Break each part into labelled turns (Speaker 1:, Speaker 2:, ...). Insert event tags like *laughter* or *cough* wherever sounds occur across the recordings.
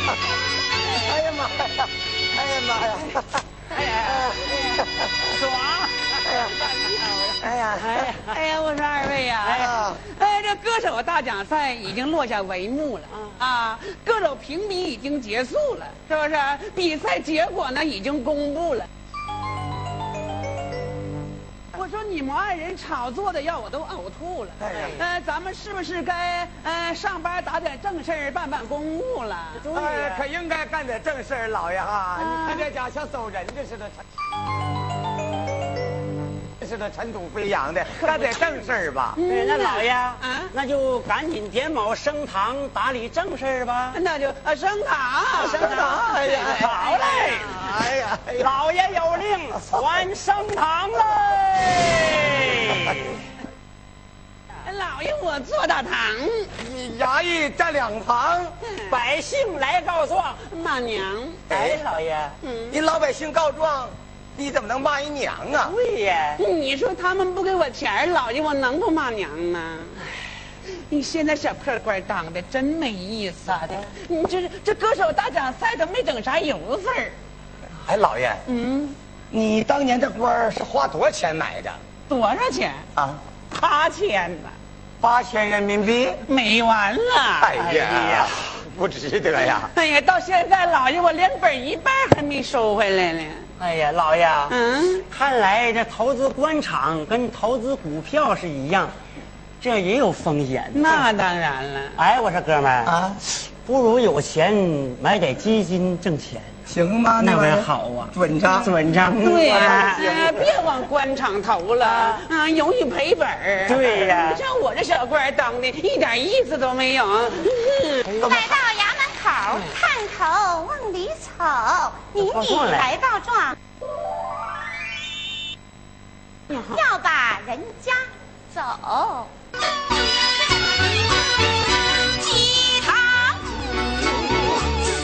Speaker 1: 哎呀妈呀！哎呀妈呀！哎呀！
Speaker 2: 爽！
Speaker 1: 哎呀！
Speaker 2: 哎呀！哎呀！我说二位呀、哎呀，哎，这歌手大奖赛已经落下帷幕了啊，各种评比已经结束了，是不是？比赛结果呢已经公布了。我说你们爱人炒作的药我都呕吐了，
Speaker 1: 哎呀
Speaker 2: 呃，咱们是不是该呃上班打点正事儿，办办公务了？
Speaker 1: 哎，可应该干点正事儿，老爷啊！
Speaker 2: 啊
Speaker 1: 你看这家伙像走人的似的，尘似的尘土飞扬的，干点正事儿吧。
Speaker 3: 对，哎那老爷，
Speaker 2: 啊
Speaker 3: 那就赶紧点卯升堂，打理正事儿 *laughs* 吧。
Speaker 2: 那就呃升堂，
Speaker 3: 升堂
Speaker 2: 哎呀，
Speaker 3: 好嘞
Speaker 1: 哎呀，哎呀，
Speaker 3: 老爷有令，传升堂嘞。
Speaker 2: 老爷，我做大堂，
Speaker 1: 你衙役占两旁，
Speaker 3: 百姓来告状。
Speaker 2: 骂娘，
Speaker 3: 哎，老爷，
Speaker 2: 嗯，
Speaker 1: 你老百姓告状，你怎么能骂一娘啊？
Speaker 3: 对呀，
Speaker 2: 你说他们不给我钱儿，老爷我能不骂娘吗？你现在小破官当的真没意思啊！这你这这歌手大奖赛都没整啥油水儿，
Speaker 1: 哎，老爷，
Speaker 2: 嗯，
Speaker 1: 你当年这官儿是花多少钱买的
Speaker 2: 多少钱？
Speaker 1: 啊？
Speaker 2: 八千吧，
Speaker 1: 八千人民币。
Speaker 2: 没完了！
Speaker 1: 哎呀，不值得呀！
Speaker 2: 哎呀，到现在老爷我连本儿一半儿还没收回来呢。
Speaker 3: 哎呀，老爷，
Speaker 2: 嗯，
Speaker 3: 看来这投资官场跟投资股票是一样，这也有风险。
Speaker 2: 那当然了。
Speaker 3: 哎，我说哥们儿
Speaker 1: 啊，
Speaker 3: 不如有钱买点基金挣钱，
Speaker 1: 行吗？
Speaker 3: 那玩
Speaker 1: 玩
Speaker 3: 意儿
Speaker 1: 意
Speaker 3: 好啊，
Speaker 1: 准账
Speaker 3: 准账。
Speaker 2: 对呀、
Speaker 3: 啊
Speaker 2: 哎别往官场投了，啊，容易赔本儿。
Speaker 3: 对呀
Speaker 2: 像我这小官儿当的，一点意思都没有。嗯
Speaker 3: 哎
Speaker 4: 来到衙门口，看口瓮里瞅，邻里来告状，
Speaker 2: 嗯
Speaker 4: 要把人家走。
Speaker 5: 鸡堂主，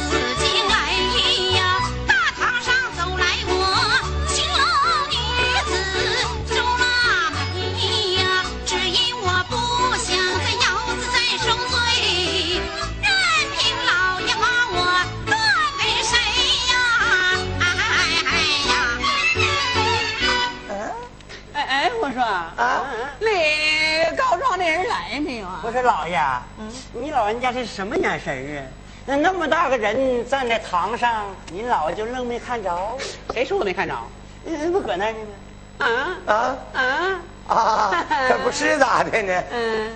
Speaker 5: 紫金来呀，大堂上走来我，青楼女子周腊梅呀，只因我不想这窑子再受罪，任凭老爷把我乱跟谁呀？哎呀！
Speaker 2: 哎哎，我说啊，那告状那人来没有啊
Speaker 3: 我？说老爷，你老人家是什么眼神儿啊？那那么大个人站在堂上，您老就愣没看着，
Speaker 2: 谁说我没看着？
Speaker 3: 嗯，不搁那儿呢
Speaker 2: 啊
Speaker 3: 吗？
Speaker 1: 啊
Speaker 2: 啊，
Speaker 1: 啊！可不是咋的呢？
Speaker 2: 嗯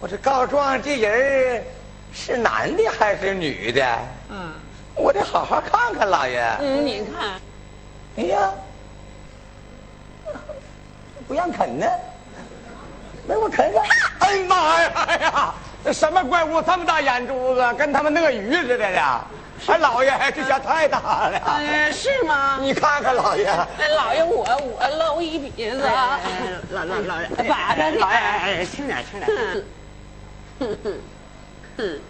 Speaker 1: 我这告状这人儿是男的还是女的？
Speaker 2: 嗯
Speaker 1: 我得好好看看老爷。
Speaker 2: 嗯，你看，
Speaker 1: 哎呀，不让啃呢，没我啃上。哎呀妈呀！哎呀，这什么怪物这么大眼珠子，跟他们鳄鱼似的的。哎，老爷，这家太大了，
Speaker 2: 呃，是吗？
Speaker 1: 你看看老爷，
Speaker 2: 哎，老爷，我我露一鼻子啊！
Speaker 3: 老老老
Speaker 2: 哎把着你
Speaker 3: 老爷，哎哎，轻点轻点。
Speaker 2: 哼哼哼哼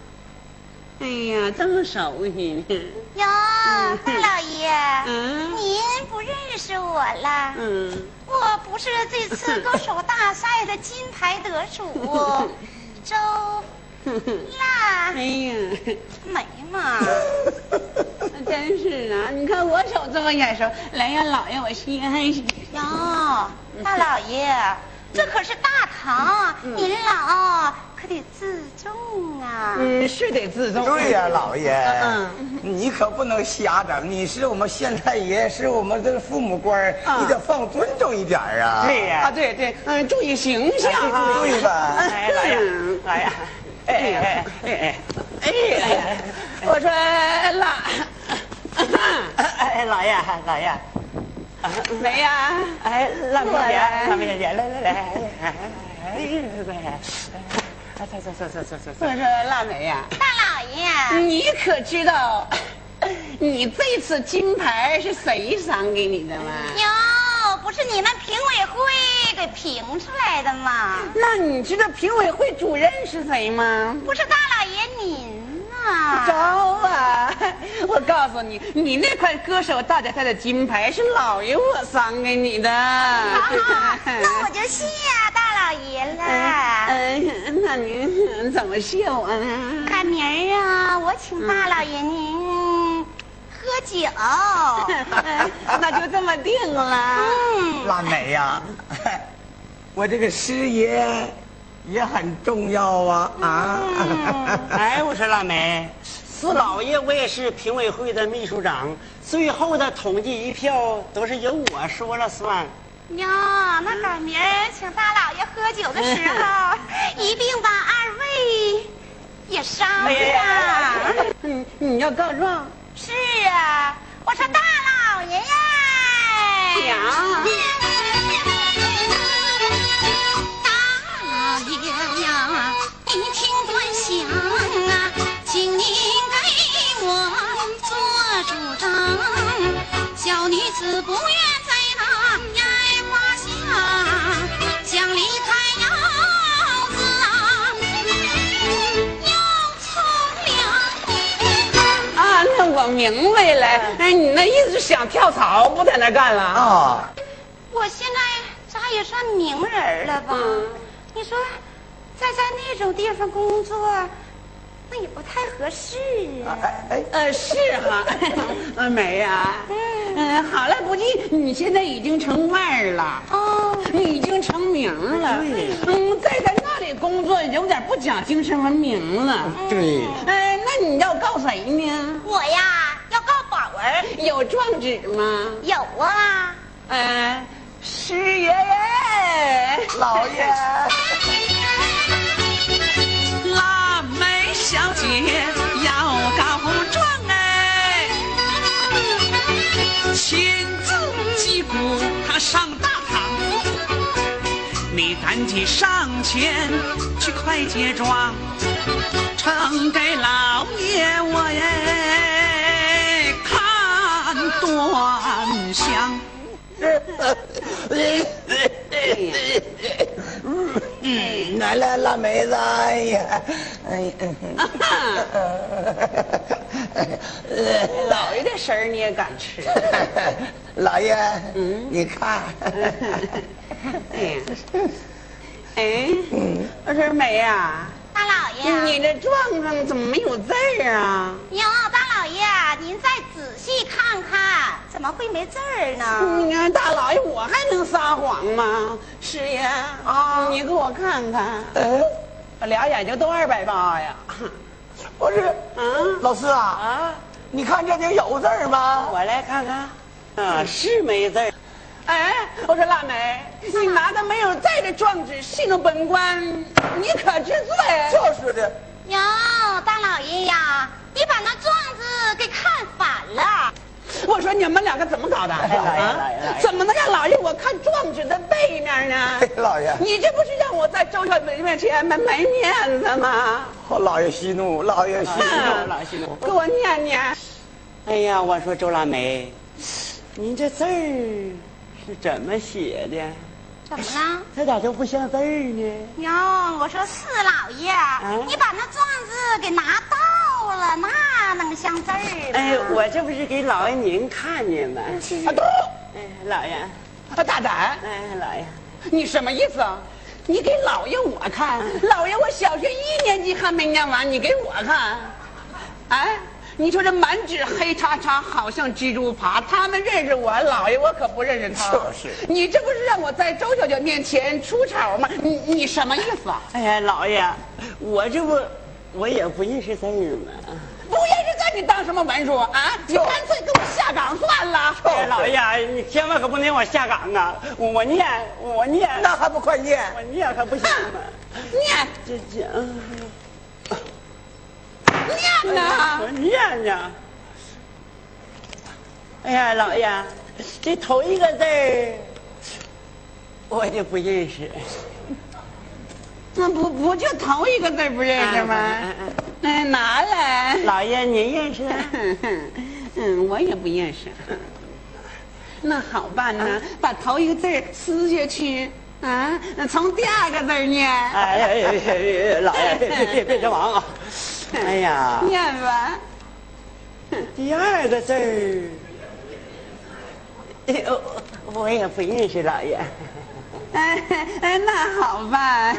Speaker 2: 哎呀，这么熟悉呢。
Speaker 4: 哟，大老爷，
Speaker 2: 嗯
Speaker 4: 您不认识我了？
Speaker 2: 嗯，
Speaker 4: 我不是这次歌手大赛的金牌得主，
Speaker 2: 嗯
Speaker 4: 周
Speaker 2: 哼哼 *laughs*
Speaker 4: 腊
Speaker 2: 哎呀，
Speaker 4: 梅嘛。
Speaker 2: 真是啊！你看我瞅这么眼熟，来呀，老爷，我稀罕死。
Speaker 4: 哟，大老爷，
Speaker 2: 嗯
Speaker 4: 这可是大堂，您老可得自重啊。
Speaker 2: 嗯，是得自重。
Speaker 1: 对呀、老爷，
Speaker 2: 嗯
Speaker 1: 你可不能瞎整，你是我们县太爷，是我们这父母官儿，
Speaker 2: 嗯
Speaker 1: 你得放尊重一点儿啊。
Speaker 3: 对
Speaker 2: 啊，
Speaker 3: 呀，
Speaker 2: 对对，嗯，注意形象啊。
Speaker 1: 对
Speaker 2: *laughs*
Speaker 1: 吧？
Speaker 3: 哎老爷，老爷，哎哎哎哎
Speaker 2: 哎呀，我说老
Speaker 3: 哎哎哎，老爷老爷，
Speaker 2: 梅 *laughs* 呀，
Speaker 3: 哎，老
Speaker 2: 过
Speaker 3: 梅姐
Speaker 2: 来，
Speaker 3: 老梅姐，来来来，哎哎哎，走走走走走走
Speaker 2: 我。说腊梅呀。
Speaker 4: 大老爷，
Speaker 2: 你可知道，你这次金牌是谁赏给你的吗？
Speaker 4: 哟，不是你们评委会给评出来的吗？
Speaker 2: 那你知道评委会主任是谁吗？
Speaker 4: 不是大老爷您啊？
Speaker 2: 招啊！ *laughs* 我告诉你，你那块歌手大奖赛的金牌是老爷我赏给你的。 *laughs*
Speaker 4: 啊那我就谢啊，大老爷了。
Speaker 2: 嗯、那您怎么谢我呢？
Speaker 4: 看明儿啊，我请大老爷您喝酒。
Speaker 2: 哎那就这么定了。
Speaker 4: 嗯，
Speaker 1: 腊梅呀、我这个师爷也很重要啊啊！
Speaker 3: *laughs* 哎，我说腊梅，四老爷我也是评委会的秘书长，最后的统计一票都是由我说了算。
Speaker 4: 哟，那赶明儿请大老爷喝酒的时候，一并把二位也捎
Speaker 3: 哎
Speaker 4: 上。
Speaker 2: 嗯，你要告状？
Speaker 4: 是啊，我说大老爷呀，
Speaker 2: 娘
Speaker 4: 嗯
Speaker 5: 大老爷呀，您听端详啊，请您给我做主张。小女子不愿在那烟花下，想离开窑子啊，要从良。
Speaker 2: 啊，那我明白了。哎，你那意思是想跳槽，不在那干了啊？
Speaker 1: 啊，
Speaker 4: 我现在咱也算名人儿了吧？
Speaker 2: 嗯
Speaker 4: 你说，再在那种地方工作，那也不太合适啊。
Speaker 1: 哎哎，
Speaker 2: 呃，是哈， *laughs* 啊梅呀、嗯、好来不济，你现在已经成腕儿了，
Speaker 4: 哦，
Speaker 2: 你已经成名了，嗯，在咱那里工作有点不讲精神文明了。
Speaker 1: 对，
Speaker 2: 哎，那你要告谁呢？
Speaker 4: 我呀要告宝儿，
Speaker 2: 有状纸吗？
Speaker 4: 有啊。
Speaker 2: 哎，师爷爷，
Speaker 1: 老爷，
Speaker 2: 腊梅小姐要告状哎，亲自击鼓她上大堂，你赶紧上前去快接状，呈给老爷我哎看端详。
Speaker 1: 嗯，来来，腊梅子，哎呀，哎呀，
Speaker 2: 老爷的食儿你也敢吃？ *laughs*
Speaker 1: 老爷，你看，
Speaker 2: 哎，哎，我说梅呀、
Speaker 4: 大老
Speaker 2: 你
Speaker 4: 爷，
Speaker 2: 这
Speaker 4: 啊
Speaker 2: 壮壮怎么没有字儿啊？
Speaker 4: 哟，大老爷，您再仔细看看，怎么会没字儿呢？
Speaker 2: 嗯，大老爷，我还能撒谎吗？师爷啊，嗯你给我看看，
Speaker 1: 哎，
Speaker 2: 我俩眼睛都二百八呀！
Speaker 1: 不是，
Speaker 2: 嗯
Speaker 1: 老师啊，
Speaker 2: 啊，
Speaker 1: 你看这就有字儿吗？
Speaker 3: 我来看看，啊，是没字儿
Speaker 2: 哎，我说腊梅，你拿的没有字儿的状纸戏弄本官，你可知罪？
Speaker 1: 就是的，
Speaker 4: 哟，大老爷呀，你把那状子给看反了。
Speaker 2: 我说你们两个怎么搞的？
Speaker 1: 老爷
Speaker 2: 啊
Speaker 1: 老爷老爷
Speaker 2: 怎么能让老爷我看状纸的背
Speaker 1: *laughs*
Speaker 2: 面呢？
Speaker 1: 老爷，
Speaker 2: 你这不是让我在周小梅面前没没面子吗？
Speaker 1: 哦老爷息怒，老爷息怒，
Speaker 3: 老西龙。
Speaker 2: 给我念念。
Speaker 3: 哎呀，我说周腊梅，您这字儿是怎么写的？
Speaker 4: 怎么了？
Speaker 3: 这咋就不像字儿呢？
Speaker 4: 哟，我说四老爷，你把那状子给拿到了，那能像字儿吗？
Speaker 3: 哎，我这不是给老爷您看呢吗？
Speaker 2: 啊，都
Speaker 3: 哎，老爷，
Speaker 2: 啊，大胆！
Speaker 3: 哎，老爷，
Speaker 2: 你什么意思啊？你给老爷我看，老爷我小学一年级还没念完，你给我看，哎，你说这满纸黑叉叉，好像蜘蛛爬，他们认识我，老爷我可不认识他。
Speaker 1: 就是
Speaker 2: 你这不是让我在周小姐面前出丑吗？你你什么意思啊？
Speaker 3: 哎呀，老爷，我这不我也不认识字儿嘛。
Speaker 2: 不认识字，你当什么文书啊？你干脆给我下岗算了。
Speaker 3: 哎，老爷，你千万可不能让我下岗啊！我念，我念，
Speaker 1: 那还不快念？
Speaker 3: 我念可不行啊
Speaker 2: 哼
Speaker 3: 吗？
Speaker 2: 念
Speaker 3: 这这，
Speaker 2: 念
Speaker 3: 啊
Speaker 2: 呐！
Speaker 3: 我念呢。哎呀，老爷，这头一个字儿我就不认识。
Speaker 2: 那不不就头一个字不认识吗
Speaker 3: 嗯嗯？
Speaker 2: 哎，拿来。
Speaker 3: 老爷，您认识？啊
Speaker 2: *laughs* 嗯，我也不认识。那好办呢，
Speaker 3: 啊
Speaker 2: 把头一个字儿撕下去，啊，从第二个字儿念，
Speaker 3: 哎呀，哎呀哎呀老爷，别别别别着忙啊！哎呀，
Speaker 2: 念吧。
Speaker 3: 第二个字儿，哎我我也不认识老爷。
Speaker 2: 哎哎，那好办，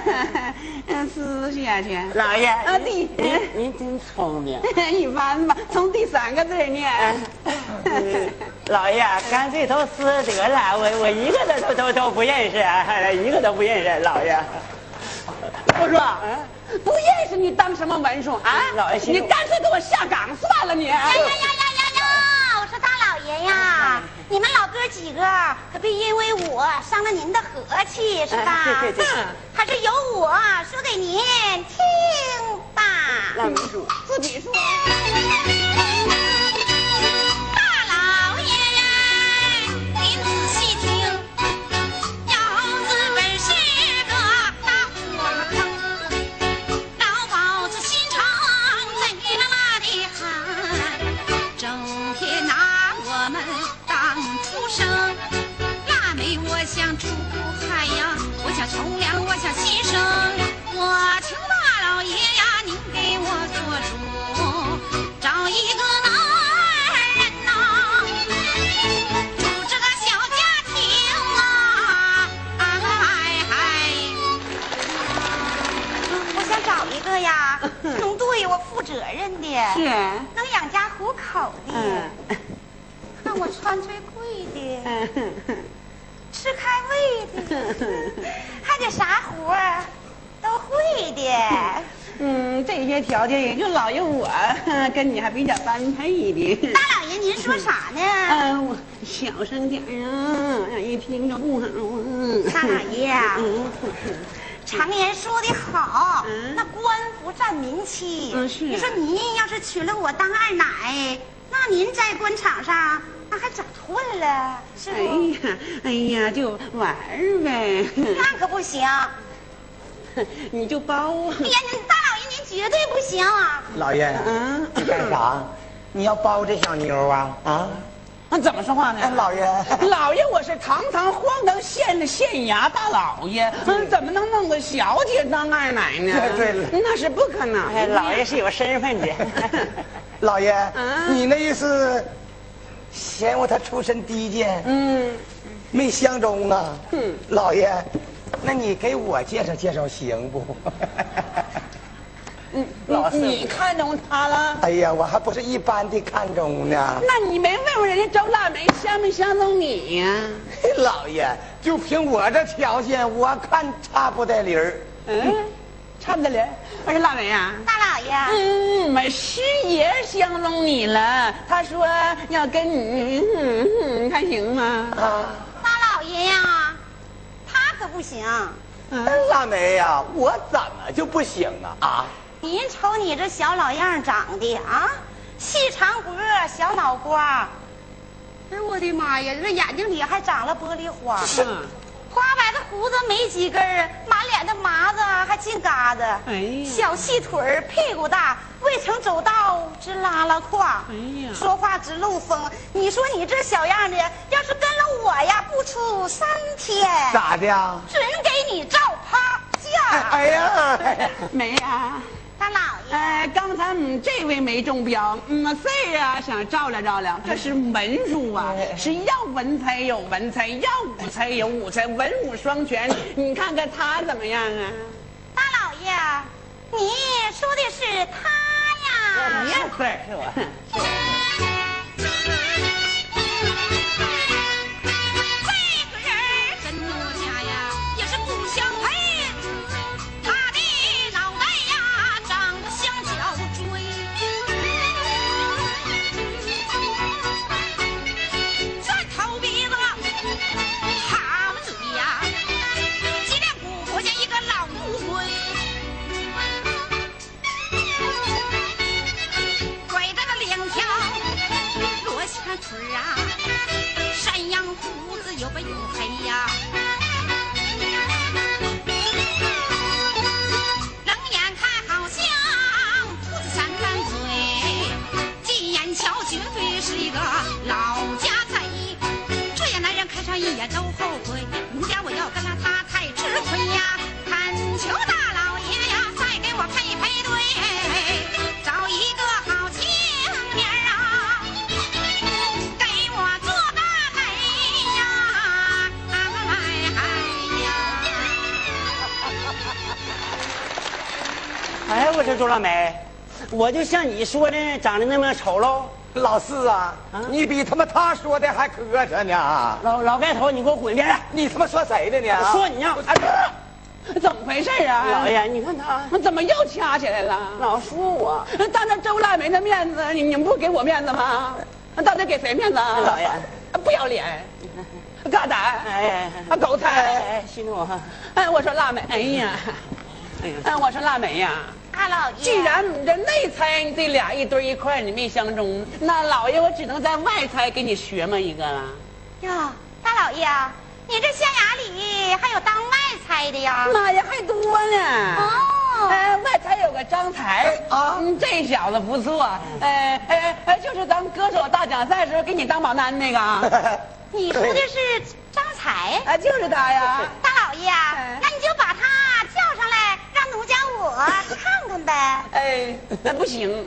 Speaker 2: 嗯，思下去。 *laughs*
Speaker 3: 老爷，
Speaker 2: 啊弟
Speaker 3: 您您真聪
Speaker 6: *laughs*
Speaker 3: 明。
Speaker 2: 一般吧，从第三个字儿念。
Speaker 3: 哎嗯老爷，干脆都撕得了，我我一个都都都都不认识，哎一个都不认识，老
Speaker 6: 哎
Speaker 3: 爷。
Speaker 2: 我说，不认识你当什么文书啊
Speaker 3: 哎老爷？心
Speaker 2: 你
Speaker 3: 里
Speaker 2: 干脆给我下岗算了你！啊
Speaker 4: 哎呀呀呀呀呀！我说大老爷呀，
Speaker 3: 哎
Speaker 4: 你们老哥几个可别因为我伤了您的和气，是吧？
Speaker 3: 哎对对对
Speaker 4: 哼还是由我说给您听吧。
Speaker 3: 那没主。
Speaker 2: 自己说。
Speaker 5: 大老爷呀，您仔细听，窑子本是个大火，老鸨子心
Speaker 3: *laughs*
Speaker 5: 肠贼拉的狠，整天拿我们当畜生。腊梅我想出海呀，我想从良，我想新生。我求大老爷呀，您给我做主，找一个男人呐，主这个小家庭啊！哎哎，
Speaker 4: 我想找一
Speaker 3: *laughs*
Speaker 4: 个呀，能对我负责任的，
Speaker 2: 是，
Speaker 4: 能养家糊口
Speaker 3: 哎嗯
Speaker 4: 的，让我穿最贵的，
Speaker 2: 嗯， *laughs*
Speaker 4: 吃开胃的，还得啥活儿都会的。
Speaker 2: 嗯，这些条件也就老爷我 *laughs* 跟你还比较般配
Speaker 4: *laughs*
Speaker 2: 的。 *laughs*
Speaker 4: 大老爷，您说啥呢？
Speaker 2: 啊，我小声点儿啊，让人听着不好啊。
Speaker 4: *laughs* 大老爷啊
Speaker 2: 嗯，
Speaker 4: 常言说的好，
Speaker 2: 嗯
Speaker 4: 那官不占民妻。
Speaker 2: 嗯是
Speaker 4: 你说您要是娶了我当二奶，那您在官场上那还咋混了？是
Speaker 2: 哎
Speaker 4: 不？
Speaker 2: 呀，哎呀，就玩儿呗，
Speaker 4: *laughs* 那可不行！哎
Speaker 2: 你就包啊。
Speaker 4: 呀，您大老爷，您绝对不行啊！
Speaker 1: 老爷，
Speaker 2: 啊，
Speaker 1: 你干啥？你要包这小妞啊？啊？
Speaker 2: 那怎么说话呢？
Speaker 1: 哎，老爷，
Speaker 2: 老爷，我是堂堂荒唐县的县衙大老爷，嗯，怎么能弄个小姐当二奶呢？
Speaker 1: 对对对
Speaker 2: 那是不可能。
Speaker 3: 哎，老爷是有身份的。
Speaker 6: *laughs*
Speaker 1: 老爷，
Speaker 2: 啊
Speaker 1: 你那意思，嫌我他出身低贱，
Speaker 2: 嗯，
Speaker 1: 没相中啊？
Speaker 2: 嗯
Speaker 1: 老爷，那你给我介绍介绍行不？ *laughs*
Speaker 2: 你
Speaker 3: 老
Speaker 2: 嗯你
Speaker 3: 师傅
Speaker 2: 你看中他了？
Speaker 1: 哎呀，我还不是一般的看中呢。 *laughs*
Speaker 2: 那你没问问人家周腊梅相没相中你呀、
Speaker 1: 嘿老爷，就凭我这条件，我看差不得离儿。
Speaker 2: 嗯，差不得了。我说腊梅啊，
Speaker 4: 大老爷，
Speaker 2: 嗯，我师爷相中你了，他说要跟你，嗯嗯、看行吗？
Speaker 1: 啊，
Speaker 4: 大老爷呀，他可不行！
Speaker 2: 啊
Speaker 1: 哎腊梅呀、我怎么就不行啊？啊，
Speaker 4: 您瞅你这小老样儿长的啊，细长脖儿，小脑瓜儿，哎我的妈呀，这眼睛里还长了玻璃花。
Speaker 2: 嗯
Speaker 4: 花白的胡子没几根儿，满脸的麻子还净嘎子，
Speaker 2: 哎呀
Speaker 4: 小细腿儿屁股大，未曾走道直拉拉胯，
Speaker 2: 哎呀
Speaker 4: 说话直漏风。你说你这小样的，要是跟了我呀，不出三天，
Speaker 1: 咋的呀？
Speaker 4: 准给你照趴
Speaker 1: 哎
Speaker 4: 下。
Speaker 1: 哎呀，哎呀
Speaker 2: 梅啊，
Speaker 4: 大老爷，
Speaker 2: 呃，刚才嗯这位没中标，嗯，这啊想照料照料，这是文书啊，是要文才有文才，要武才有武才，文武双全。你看看他怎么样啊？
Speaker 4: 大老爷，你说的是他呀？
Speaker 2: 事儿是我。
Speaker 5: 这个人真不假呀，也是不相配。他的脑袋呀，长得像角锥。蒜头鼻子，蛤蟆嘴呀，脊梁骨活像一个老乌龟。拐着个两条罗下腿儿，啊
Speaker 3: 哎，我说周腊梅，我就像你说的长得那么丑陋，
Speaker 1: 老四啊，
Speaker 2: 嗯
Speaker 1: 你比他妈他说的还磕碜呢！
Speaker 3: 老老盖头，你给我滚一边来！
Speaker 1: 你他妈说谁的呢？
Speaker 3: 说你呢？
Speaker 1: 哎呀
Speaker 2: 怎么回事啊？
Speaker 3: 老，爷，你看他
Speaker 2: 怎么又掐起来了？
Speaker 3: 老说我，
Speaker 2: 当着周腊梅的面子，你你们不给我面子吗？到底给谁面子
Speaker 6: 哎
Speaker 2: 啊？
Speaker 3: 老爷，
Speaker 2: 不要脸，嘎蛋，
Speaker 3: 哎
Speaker 2: 啊狗
Speaker 3: 哎
Speaker 2: 蛋！
Speaker 3: 哎，息怒啊！
Speaker 2: 哎，我说腊梅，哎呀，
Speaker 3: 哎呀，
Speaker 2: 哎，我说腊梅呀。
Speaker 5: 大老爷，
Speaker 2: 既然你这内猜你这俩一堆一块你没相中，那老爷我只能在外猜给你学嘛一个了。
Speaker 5: 呀，大老爷啊，你这象牙里还有当外猜的呀？
Speaker 2: 妈呀，还多呢！
Speaker 5: 哦
Speaker 2: 哎，外才有个张才
Speaker 1: 啊
Speaker 2: 嗯这小子不错，哎哎哎，就是咱们歌手大奖赛时候给你当榜单那个啊，
Speaker 5: 你说的是张才？
Speaker 2: 哎，就是他呀。
Speaker 5: 大老爷啊
Speaker 2: 哎，
Speaker 5: 那你就把他叫上来，让奴家
Speaker 2: *laughs*
Speaker 5: 我看看呗。
Speaker 2: 哎，那不 *laughs* 行，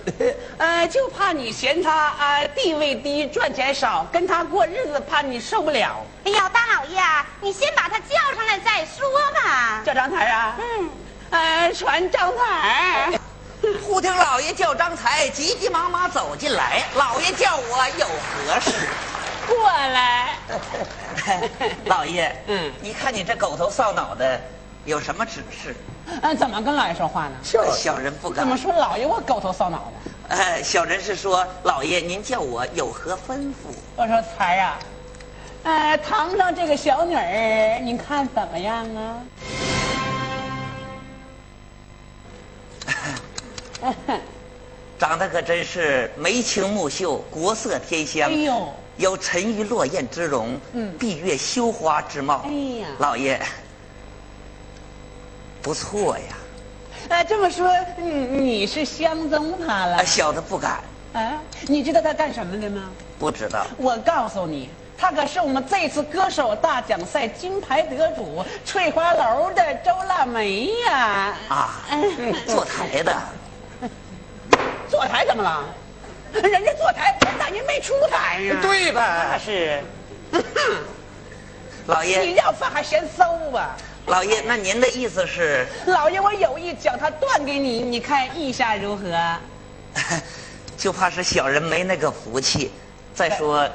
Speaker 2: 呃，就怕你嫌他啊、地位低，赚钱少，跟他过日子怕你受不了。
Speaker 5: 哎呀，大老爷啊，你先把他叫上来再说吧。
Speaker 2: 叫张才啊，
Speaker 5: 嗯，
Speaker 2: 哎，传张才。 *laughs*
Speaker 6: 忽听老爷叫张才，急急忙忙走进来。老爷叫我有何事？
Speaker 2: 过来，
Speaker 6: 老爷，
Speaker 2: 嗯
Speaker 6: 嗯，你看你这狗头扫脑的，有什么指示？
Speaker 2: 嗯，怎么跟老爷说话呢？
Speaker 1: 就是
Speaker 6: 小人不敢
Speaker 2: 怎么。说老爷我狗头扫脑的？
Speaker 6: 呃，小人是说，老爷您叫我有何吩咐？
Speaker 2: 我说才呀、呃，堂上这个小女儿，你看怎么样啊？
Speaker 6: 长得可真是眉清目秀，国色天香。
Speaker 2: 哎呦，
Speaker 6: 有沉鱼落雁之容，
Speaker 2: 嗯
Speaker 6: 嗯，闭月羞花之貌。
Speaker 2: 哎呀
Speaker 6: 老爷，不错呀。
Speaker 2: 呃，这么说，你你是相中她了
Speaker 6: 啊，？小的不敢，
Speaker 2: 啊，你知道她干什么的吗？
Speaker 6: 不知道。
Speaker 2: 我告诉你，她可是我们这次歌手大奖赛金牌得主翠花楼的周腊梅呀、
Speaker 6: 啊，
Speaker 2: 嗯
Speaker 6: 坐台的，
Speaker 2: 坐台怎么了？人家坐台，人咋您没出台呀、
Speaker 1: *laughs* 对
Speaker 3: 那
Speaker 1: 呗，
Speaker 3: 是
Speaker 6: 老
Speaker 2: 你
Speaker 6: 爷，
Speaker 2: 要饭还嫌馊啊？
Speaker 6: 老爷，那您的意思是， *laughs*
Speaker 2: 老爷，我有意将它断给你，你看意下如何？
Speaker 6: 就怕是小人没那个福气。再说，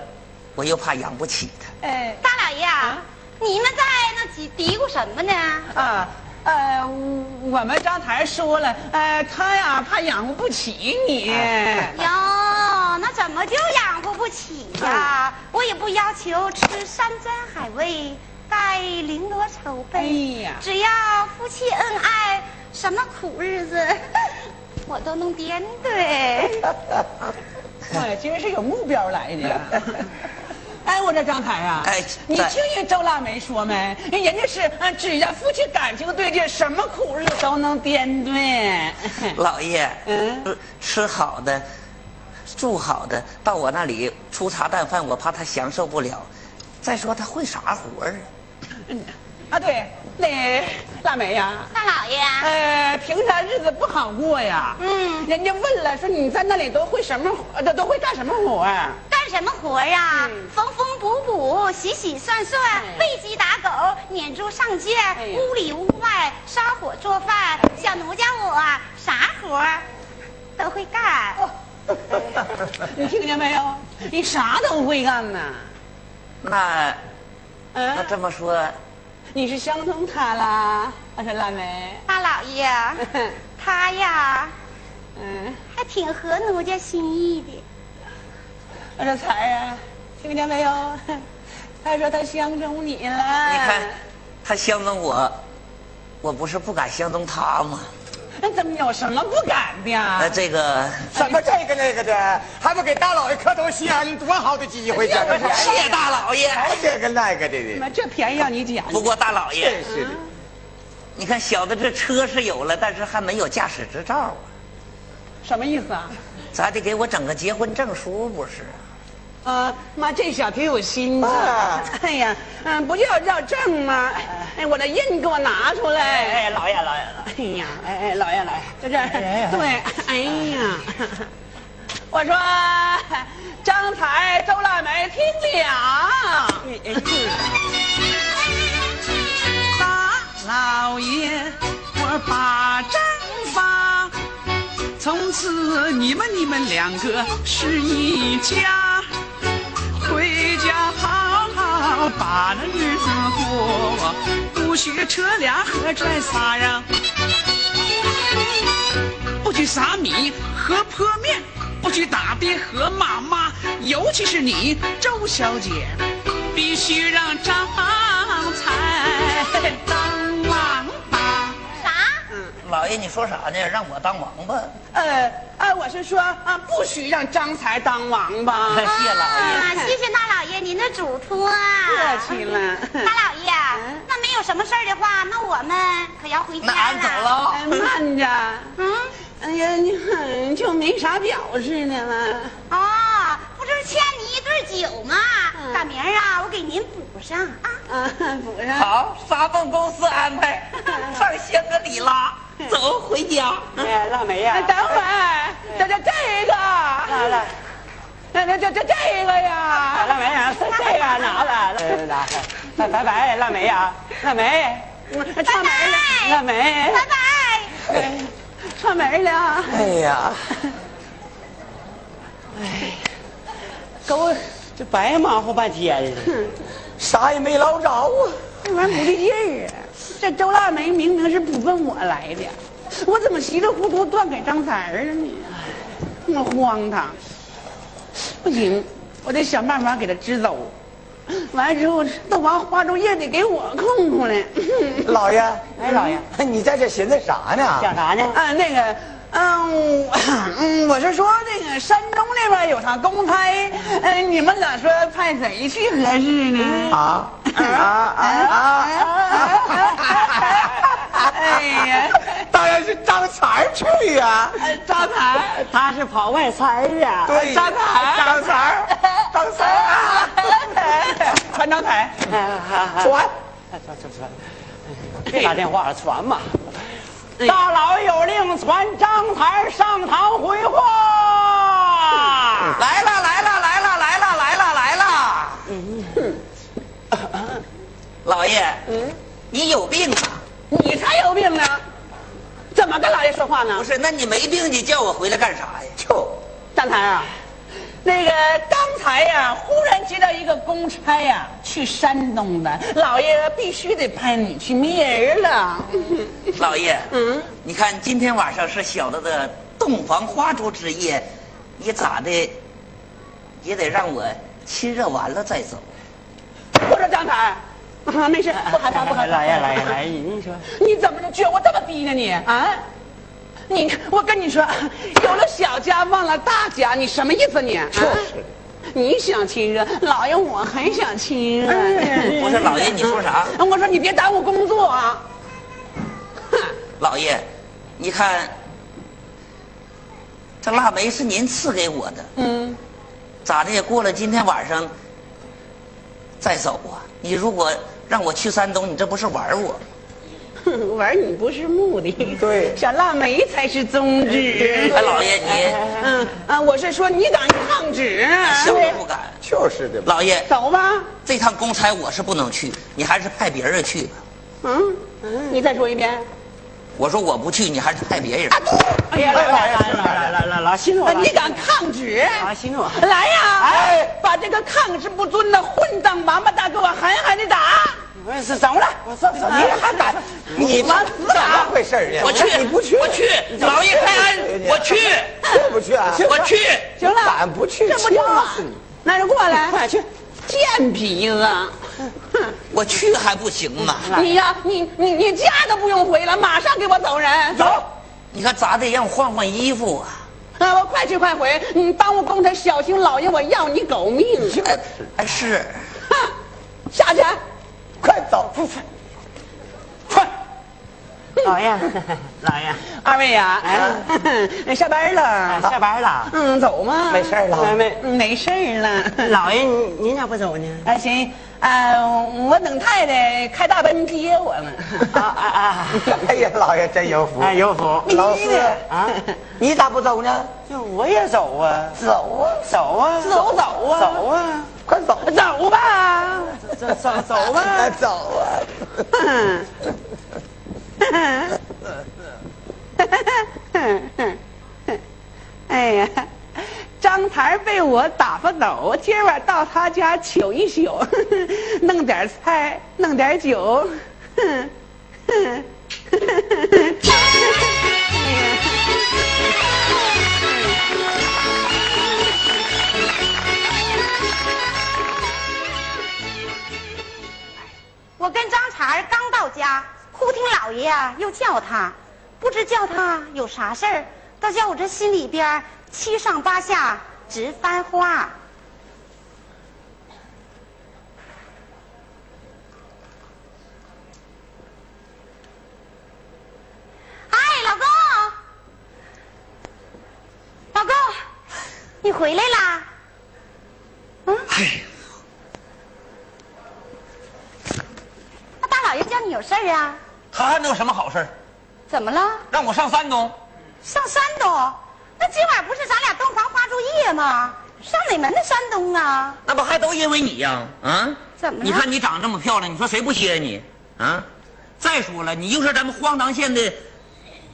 Speaker 6: 我又怕养不起他。
Speaker 2: 哎，
Speaker 5: 大老爷啊，你们在那嘀嘀咕什么呢？
Speaker 2: 啊，呃，我们张台说了，呃，他呀怕养活不起你，哎
Speaker 5: 哟，那怎么就养活不起呀、
Speaker 2: 哎
Speaker 5: 我也不要求吃山珍海味，带绫罗绸被。
Speaker 2: 哎呀
Speaker 5: 只要夫妻恩爱，什么苦日子 *laughs* 我都能颠
Speaker 2: *laughs*
Speaker 5: 对。
Speaker 6: *laughs*
Speaker 2: 我今儿是有目标来的。哎，我这张台啊，
Speaker 6: 哎
Speaker 2: 你
Speaker 6: 对
Speaker 2: 听人周腊梅说没？人家是，呃只要夫妻感情对劲，什么苦日子都能掂
Speaker 6: *laughs*
Speaker 2: 对。
Speaker 6: 老爷，
Speaker 2: 嗯
Speaker 6: 吃吃好的，住好的，到我那里粗茶淡饭，我怕他享受不了。再说他会啥活儿啊？
Speaker 2: 啊，对，那腊梅呀、
Speaker 5: 大老爷啊，
Speaker 2: 呃，平常日子不好过呀。
Speaker 5: 嗯
Speaker 2: 人家问了，说你在那里都会什么活，呃都都会干什么活啊？
Speaker 5: 干什么活儿啊？
Speaker 2: 嗯
Speaker 5: 缝缝补补，洗洗涮涮，
Speaker 2: 哎
Speaker 5: 喂鸡打狗，撵猪上圈，
Speaker 2: 哎呀
Speaker 5: 屋里屋外烧火做饭，小奴家我啊啥活儿都会干。
Speaker 2: 你听见没有？你啥都会干呐。
Speaker 6: 那
Speaker 2: 嗯、
Speaker 6: 啊那这么说，
Speaker 2: 你是相中他啦？我说腊梅， *laughs*
Speaker 5: 大老爷，他呀
Speaker 2: 嗯，
Speaker 5: 还挺合奴家心意的。
Speaker 2: 我说才呀、听见没有？ *laughs* 他说他相中你了。
Speaker 6: 你看，
Speaker 2: 嗯
Speaker 6: 他相中我，我不是不敢相中他吗？
Speaker 2: 那怎么有什么不敢的呀？
Speaker 6: 那这个
Speaker 1: 什么这个那个的，还不给大老爷磕头谢恩，多好的机会！
Speaker 2: 哎
Speaker 1: 这个
Speaker 6: 谢大老爷。
Speaker 1: 还这个那个的
Speaker 2: 怎
Speaker 1: 的，
Speaker 2: 么这便宜让你捡？
Speaker 6: 不过大老爷
Speaker 1: 真，是的。
Speaker 6: 你看小的这车是有了，但是还没有驾驶执照啊，
Speaker 2: 什么意思啊？
Speaker 6: 咋得给我整个结婚证书不是？
Speaker 2: 啊，妈，这小挺有心的。
Speaker 1: 啊
Speaker 2: 哎呀，嗯，不就要要证吗？哎，我的印给我拿出来。
Speaker 3: 哎，老爷老爷老爷，
Speaker 2: 哎呀，哎哎，老爷来，就这儿。对，哎呀，我说张才、周腊梅听了，大老爷，我把账发，次你们你们两个是一家，回家好好把那日子过，不许扯俩和拽仨呀，不许撒米和泼面，不许打爹和骂妈，尤其是你周小姐，必须让张才当王八。
Speaker 5: 啥？
Speaker 6: 老爷，你说啥呢？让我当王八？
Speaker 2: 呃呃，我是说啊，不许让张才当王八。
Speaker 6: 哎谢老爷。
Speaker 5: 啊，谢谢大老爷您的嘱托啊！
Speaker 2: 客气了。
Speaker 5: 大老爷，那没有什么事儿的话，那我们可要回家
Speaker 6: 那俺走了。啊。
Speaker 2: 哎，慢着，
Speaker 5: 嗯，
Speaker 2: 哎呀，你很就没啥表示呢吗？
Speaker 5: 哦，不是欠你一对酒吗？大明儿啊，我给您补上啊。
Speaker 2: 啊，补上。
Speaker 6: 好，发动公司安排，上香格里拉，走回家。
Speaker 3: 哎，腊梅呀
Speaker 2: 哎，等会儿，这这这个，
Speaker 3: 来来，
Speaker 2: 那那这这这个
Speaker 3: 啊腊
Speaker 2: 呀，
Speaker 3: 梅啊，这这个拿了，来来，拜拜拜，腊梅啊，腊梅，
Speaker 2: 串门了，
Speaker 3: 腊梅，
Speaker 5: 拜拜。
Speaker 2: 串门了，
Speaker 6: 哎呀，
Speaker 3: 给我这白忙活半天。
Speaker 1: 啥也没捞着啊。
Speaker 2: 这玩意儿不对劲儿啊！这周腊梅明明是不奔我来的，我怎么稀里糊涂断给张三儿了呢？我荒唐！不行，我得想办法给他支走。完之后，豆芽花烛夜得给我空空了。
Speaker 1: 老爷，
Speaker 3: 哎，老爷，
Speaker 1: 你在这寻思啥呢？
Speaker 3: 想啥呢？
Speaker 2: 啊，那个，嗯，我嗯，我是说那个山东那边有场公差，嗯，你们咋说派谁去合适呢？
Speaker 1: 啊啊啊啊！
Speaker 2: 哎呀，
Speaker 1: 当然是张才去呀。
Speaker 2: 呃张才，
Speaker 3: 他是跑外差的。
Speaker 1: 对，
Speaker 2: 张才
Speaker 1: 张才，张才
Speaker 2: *laughs*
Speaker 1: 啊！
Speaker 2: 传张才，
Speaker 1: 传，
Speaker 3: 传传传，别打电话了，传吧。大老爷有令，传张才上堂回话。
Speaker 6: *laughs* 来了来了来了来了来了来了。老爷，你有病啊吧？
Speaker 2: 你才有病呢！怎么跟老爷说话呢
Speaker 6: 不？是，那你没病，你叫我回来干啥呀？
Speaker 1: 就
Speaker 2: 张才啊，那个刚才呀、忽然接到一个公差呀、去山东的，老爷必须得派你去灭人了。
Speaker 6: 老爷，嗯，你看今天晚上是小的的洞房花烛之夜，你咋的也得让我亲热完了再走。
Speaker 2: 我说张才，啊，没事，不害怕，不害怕。
Speaker 3: 来呀来呀来，你说。
Speaker 2: 你怎么能觉我这么低呢你？啊？你，我跟你说，有了小家忘了大家，你什么意思你？就是、你想亲热，老爷我很想亲热。
Speaker 3: 哎
Speaker 2: 嗯
Speaker 6: 不是老爷，你说啥？
Speaker 2: 我说你别耽误工作啊！哼，
Speaker 6: 老爷，你看，这腊梅是您赐给我的，
Speaker 2: 嗯，
Speaker 6: 咋的也过了今天晚上再走啊？你如果让我去山东，你这不是玩我？
Speaker 2: 哼 *laughs* 玩你不是目的，
Speaker 1: 对
Speaker 2: *laughs* 小腊梅才是宗旨。
Speaker 6: *laughs* 哎，老爷你
Speaker 2: 嗯啊，我是说你敢抗旨？哎
Speaker 6: 小我不敢。
Speaker 1: 就是的。
Speaker 6: 老爷，
Speaker 2: 走吧，
Speaker 6: 这趟公差我是不能去，你还是派别人去吧。
Speaker 2: 嗯，你再说一遍。
Speaker 6: 我说我不去，你还是派别人。
Speaker 1: 啊
Speaker 2: 哎呀，
Speaker 3: 来来来来来来来，信我
Speaker 2: 啊！你敢抗旨？
Speaker 3: 啊，信我。
Speaker 2: 来呀！哎，把这个抗旨不遵的混账王八蛋给我狠狠的打！
Speaker 3: 我是怎么了？我说
Speaker 1: 你还敢？你
Speaker 2: 往死
Speaker 1: 怎么
Speaker 2: 打！
Speaker 1: 回事啊？
Speaker 6: 我去，
Speaker 1: 你不去，
Speaker 6: 我去，老爷开安，我去，
Speaker 1: 去不去啊？
Speaker 6: 我去。
Speaker 2: 行了，
Speaker 1: 敢不去
Speaker 2: 这不成
Speaker 1: 掐
Speaker 6: 啊
Speaker 2: 了
Speaker 1: 死你！
Speaker 2: 那就过来，
Speaker 3: 快去！
Speaker 2: 贱皮子！
Speaker 6: 我去还不行吗？
Speaker 1: 嗯
Speaker 2: 你呀，你你你家都不用回了，马上给我走人！
Speaker 1: 走，
Speaker 6: 你看咋得让我换换衣服啊？
Speaker 2: 啊，我快去快回！你耽误工程，小心老爷我要你狗命！
Speaker 6: 哎哎是，
Speaker 2: 哼，下去！啊
Speaker 1: 快走！
Speaker 2: 快！
Speaker 3: 老爷，老爷，
Speaker 2: 二位呀，
Speaker 3: 哎
Speaker 2: 下班了，
Speaker 3: 下班了。
Speaker 2: 嗯，走嘛，
Speaker 1: 没事儿了。
Speaker 3: 妹妹，
Speaker 2: 嗯，没事儿了。
Speaker 3: 老爷，您您咋不走呢？
Speaker 2: 啊，行，啊，我等太太开大奔接我呢。
Speaker 3: 啊啊啊！
Speaker 1: 哎呀，老爷真有福。
Speaker 3: *laughs* 哎，有福。
Speaker 1: 老四
Speaker 3: 啊，
Speaker 1: 你咋不走呢？
Speaker 3: 就我也走啊，
Speaker 1: 走啊，
Speaker 3: 走啊，
Speaker 2: 走走啊，
Speaker 3: 走啊，
Speaker 1: 快走！
Speaker 2: 走吧。
Speaker 3: 走走走吧。
Speaker 1: 走啊！
Speaker 2: 嗯， *laughs* 哎为我打发斗，今晚到他家宿一宿， *laughs* 弄点菜，弄点酒。 *laughs* 哼哼哼
Speaker 5: 我跟张茬儿刚到家，忽听老爷啊又叫他，不知叫他有啥事儿，倒叫我这心里边儿七上八下直翻花。哎，老公，老公，你回来啦？嗯，
Speaker 6: 哎
Speaker 5: 那大老爷叫你有事儿啊？
Speaker 1: 他还能有什么好事儿？
Speaker 5: 怎么了？
Speaker 1: 让我上山东，
Speaker 5: 上山东？那今晚不是咱俩洞房花烛夜吗？上哪门的山东啊？
Speaker 6: 那不还都因为你呀、啊？
Speaker 1: 嗯
Speaker 5: 怎么了
Speaker 6: 你看你长这么漂亮，你说谁不稀罕你啊？再说了，你又是咱们荒唐县的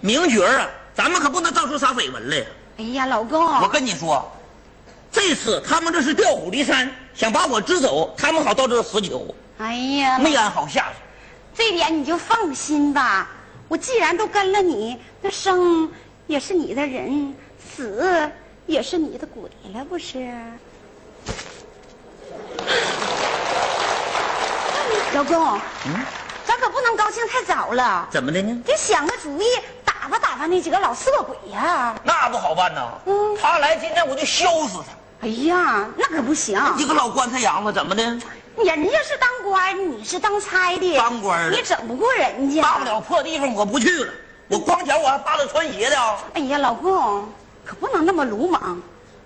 Speaker 6: 名角儿啊，咱们可不能造出啥绯闻来呀。
Speaker 5: 哎呀，老公，
Speaker 1: 啊
Speaker 6: 我跟你说，这次他们这是调虎离山，想把我支走，他们好到这死囚，
Speaker 5: 哎呀，
Speaker 6: 没安好下去。
Speaker 5: 这点你就放心吧。我既然都跟了你，那生也是你的人，死也是你的鬼了，不是？ *sighs* 老公，
Speaker 6: 嗯，
Speaker 5: 咱可不能高兴太早了，
Speaker 6: 怎么的呢？
Speaker 5: 得想个主意打发打发那几个老色鬼呀、
Speaker 6: 那不好办呐
Speaker 5: 嗯
Speaker 6: 他来今天我就削死他，
Speaker 5: 哎呀，那可不行！
Speaker 6: 一个老棺材瓤子，怎么的？
Speaker 5: 人家是当官，你是当差的，
Speaker 6: 当官的
Speaker 5: 你整不过人家。
Speaker 6: 大不了破地方我不去了，我光脚我还扒拉穿鞋的啊。
Speaker 5: 哎呀，老公，可不能那么鲁莽。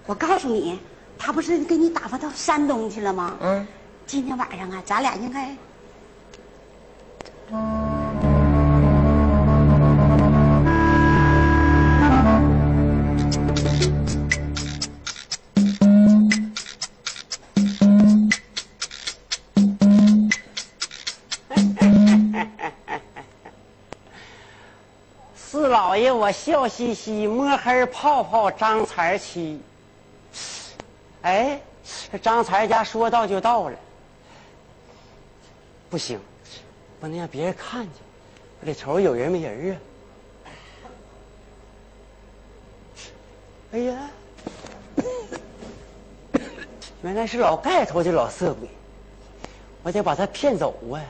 Speaker 5: 我告诉你，他不是给你打发到山东去了吗？
Speaker 6: 嗯，
Speaker 5: 今天晚上啊，咱俩应该
Speaker 3: 四老爷，我笑嘻嘻，摸黑泡泡张才七。哎，这张才家说到就到了，不行，不能让别人看见，我得瞅瞅有人没人啊。哎呀，原来是老盖头的老色鬼，我得把他骗走啊。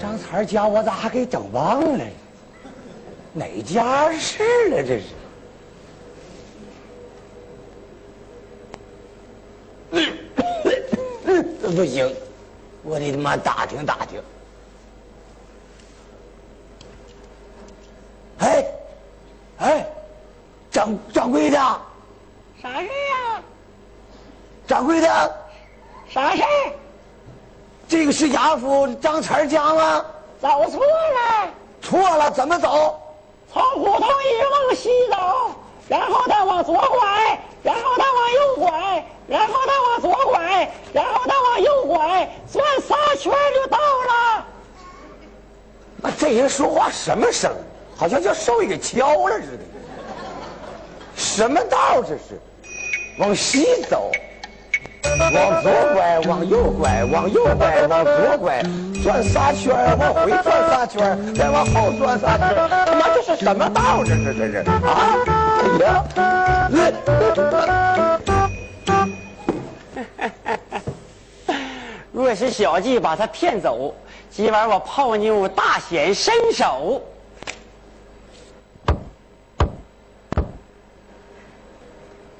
Speaker 1: 张才儿家我咋还给整忘了呢？哪家事儿啊了这是？ *coughs* 不行，我得他妈打听打听。哎，哎，掌掌柜的，
Speaker 2: 啥事儿啊？
Speaker 1: 掌柜的，
Speaker 2: 啥事儿？
Speaker 1: 这个是牙夫张才儿家吗？
Speaker 2: 走错了，
Speaker 1: 错了，怎么走？
Speaker 2: 从胡同一直往西走，然后再往左拐，然后再往右拐，然后再往左拐，然后再往右拐，转仨圈儿就到了。
Speaker 1: 那这人说话什么声？好像叫兽给敲了似的。什么道这是？往西走，往左拐，往右拐，往右拐，往左拐，转仨圈儿，往回转仨圈儿，再往后转仨圈儿。他妈这是什么道？这是这是啊！哎呀，
Speaker 3: 若是小季把他骗走，今晚我泡妞大显身手。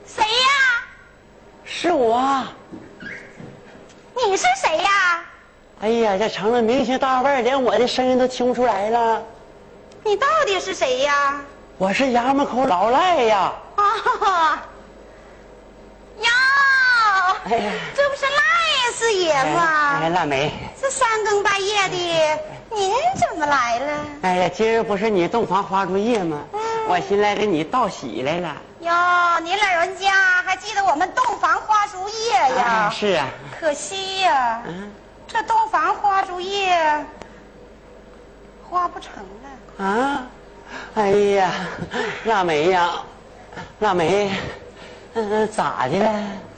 Speaker 5: 谁呀？
Speaker 3: 是我啊，
Speaker 5: 你是谁呀？
Speaker 3: 哎呀，这成了明星大腕儿，连我的声音都听不出来了。
Speaker 5: 你到底是谁呀？
Speaker 3: 我是衙门口老赖呀，
Speaker 5: 啊，哟，
Speaker 3: 哎呀
Speaker 5: 这不是赖四爷
Speaker 3: 哎
Speaker 5: 吗？
Speaker 3: 哎，腊梅，
Speaker 5: 这三更半夜的，您怎么来了？
Speaker 3: 哎呀，今儿不是你洞房花烛夜吗
Speaker 5: 嗯？
Speaker 3: 我寻来给你道喜来了。
Speaker 5: 啊哟，您老人家还记得我们洞房花烛夜
Speaker 3: 哎？
Speaker 5: 呀
Speaker 3: 是啊，
Speaker 5: 可惜呀，
Speaker 3: 嗯
Speaker 5: 这洞房花烛夜花不成了。
Speaker 3: 啊，哎呀，腊梅呀，腊梅，嗯、咋的了？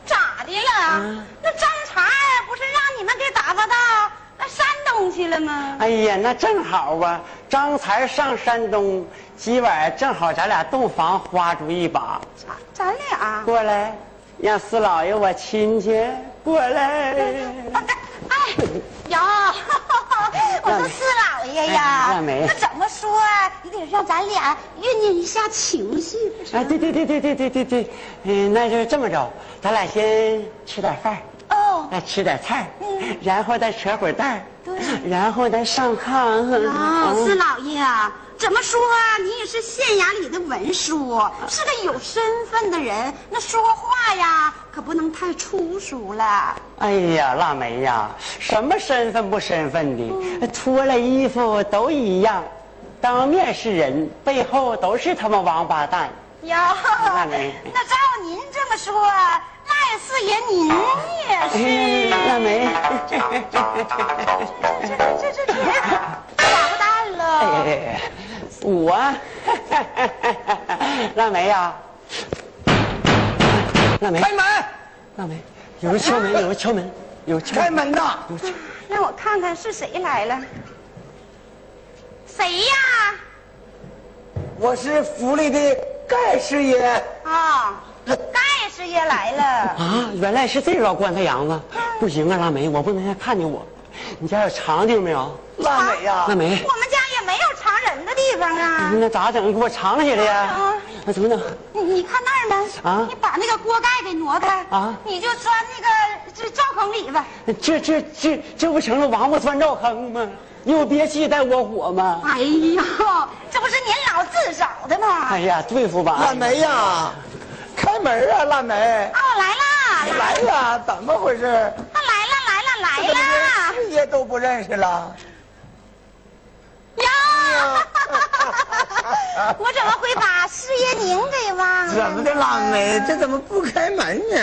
Speaker 5: 咋的了
Speaker 3: 嗯？
Speaker 5: 那张茬儿不是让你们给打发到那山东去了吗？
Speaker 3: 哎呀，那正好啊，刚才上山东，今晚正好咱俩洞房花烛一把，
Speaker 5: 咱啊咱俩，
Speaker 3: 过来，让四老爷我亲亲，过来。
Speaker 5: 哎呦，我说四老爷呀
Speaker 3: 哎，腊梅
Speaker 5: 那怎么说啊？你得让咱俩酝酿一下情绪。不是
Speaker 3: 哎，对对对对对对对对，嗯、那就这么着，咱俩先吃点饭，
Speaker 5: 哦，
Speaker 3: 再吃点菜，
Speaker 5: 嗯
Speaker 3: 然后再扯会儿蛋儿，
Speaker 5: 对
Speaker 3: 然后再上炕。
Speaker 5: 啊，
Speaker 3: 嗯
Speaker 5: 四老爷啊，怎么说啊？你也是县衙里的文书，是个有身份的人，那说话呀可不能太粗俗了。
Speaker 3: 哎呀，腊梅呀，什么身份不身份
Speaker 5: 嗯
Speaker 3: 的，脱了衣服都一样，当面是人，背后都是他妈王八蛋。
Speaker 5: 哟，
Speaker 3: 腊梅
Speaker 5: 那照您这么说，赖四爷您
Speaker 3: 哎
Speaker 5: 也是
Speaker 3: 腊梅，
Speaker 5: 这这这王八蛋了。
Speaker 3: 哎我， *laughs* 腊梅呀，腊梅，
Speaker 1: 开门，
Speaker 3: 腊梅，有人敲门，有人敲门，有人敲
Speaker 1: 开
Speaker 3: 门。
Speaker 1: 门呐！
Speaker 5: 让我看看是谁来了。谁呀？
Speaker 1: 我是府里的盖师爷。
Speaker 5: 啊、盖师爷来了。
Speaker 3: 啊，原来是这老棺材瓤子，不行啊，腊梅，我不能让他看见我。你家有长地没有？
Speaker 1: 腊梅呀
Speaker 3: 腊，梅。
Speaker 5: 我们家也没有藏人的地方啊。
Speaker 3: 那咋整？给我藏起来呀
Speaker 5: 啊！
Speaker 3: 那怎么整？
Speaker 5: 你你看那儿呢？
Speaker 3: 啊
Speaker 5: 你把那个锅盖给挪开。
Speaker 3: 啊
Speaker 5: 你就钻那个这灶坑里
Speaker 1: 啊
Speaker 5: 吧。
Speaker 3: 这这这这不成了王八钻灶坑吗？又憋气带窝火吗？
Speaker 5: 哎呦，这不是您老自找的吗？
Speaker 3: 哎呀，对付吧！
Speaker 1: 腊梅呀，开门啊，腊梅。
Speaker 5: 哦，来啦，
Speaker 1: 来呀，怎么回事？
Speaker 5: 啊来啦，来啦，来
Speaker 1: 哎这怎么 *laughs* 连
Speaker 5: 啦！
Speaker 1: 师爷都不认识 *laughs* 了？
Speaker 5: 呀，我怎么会把师爷您给忘了？
Speaker 1: 怎么的，腊梅，这？怎么不开门呢？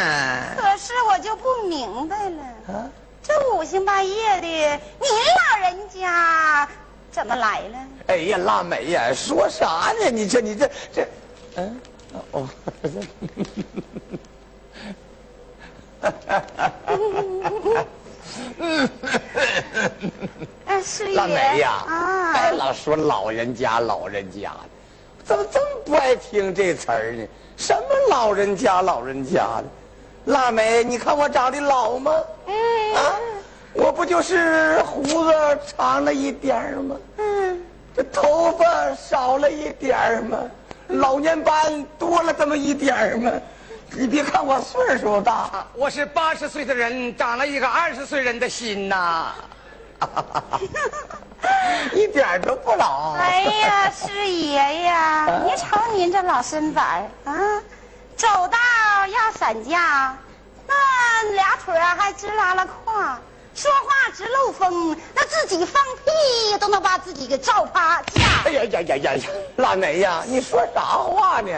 Speaker 5: 可是我就不明白了，
Speaker 1: 啊，
Speaker 5: 这五星半夜的，您老人家怎么来了？
Speaker 1: 哎呀，腊梅呀，说啥呢？你这你这这，嗯，哦，
Speaker 5: 哎，师爷，
Speaker 1: 腊梅呀，别
Speaker 5: 啊，
Speaker 1: 老说老人家老人家的，怎么这么不爱听这词儿呢？什么老人家老人家的？腊梅，你看我长得老吗？
Speaker 5: 嗯
Speaker 1: 啊，我不就是胡子长了一点儿吗？
Speaker 5: 嗯，
Speaker 1: 这头发少了一点儿吗？老年斑多了这么一点儿吗？你别看我岁数大，我是八十岁的人，长了一个二十岁人的心呐， *laughs* 一点儿都不老。
Speaker 5: 哎呀，师爷呀，你瞅您这老身板儿啊，走道要散架，那俩腿儿还直拉拉胯，说话直漏风，那自己放屁都能把自己给照趴下。
Speaker 1: 哎呀呀呀呀呀！腊梅呀，你说啥话呢？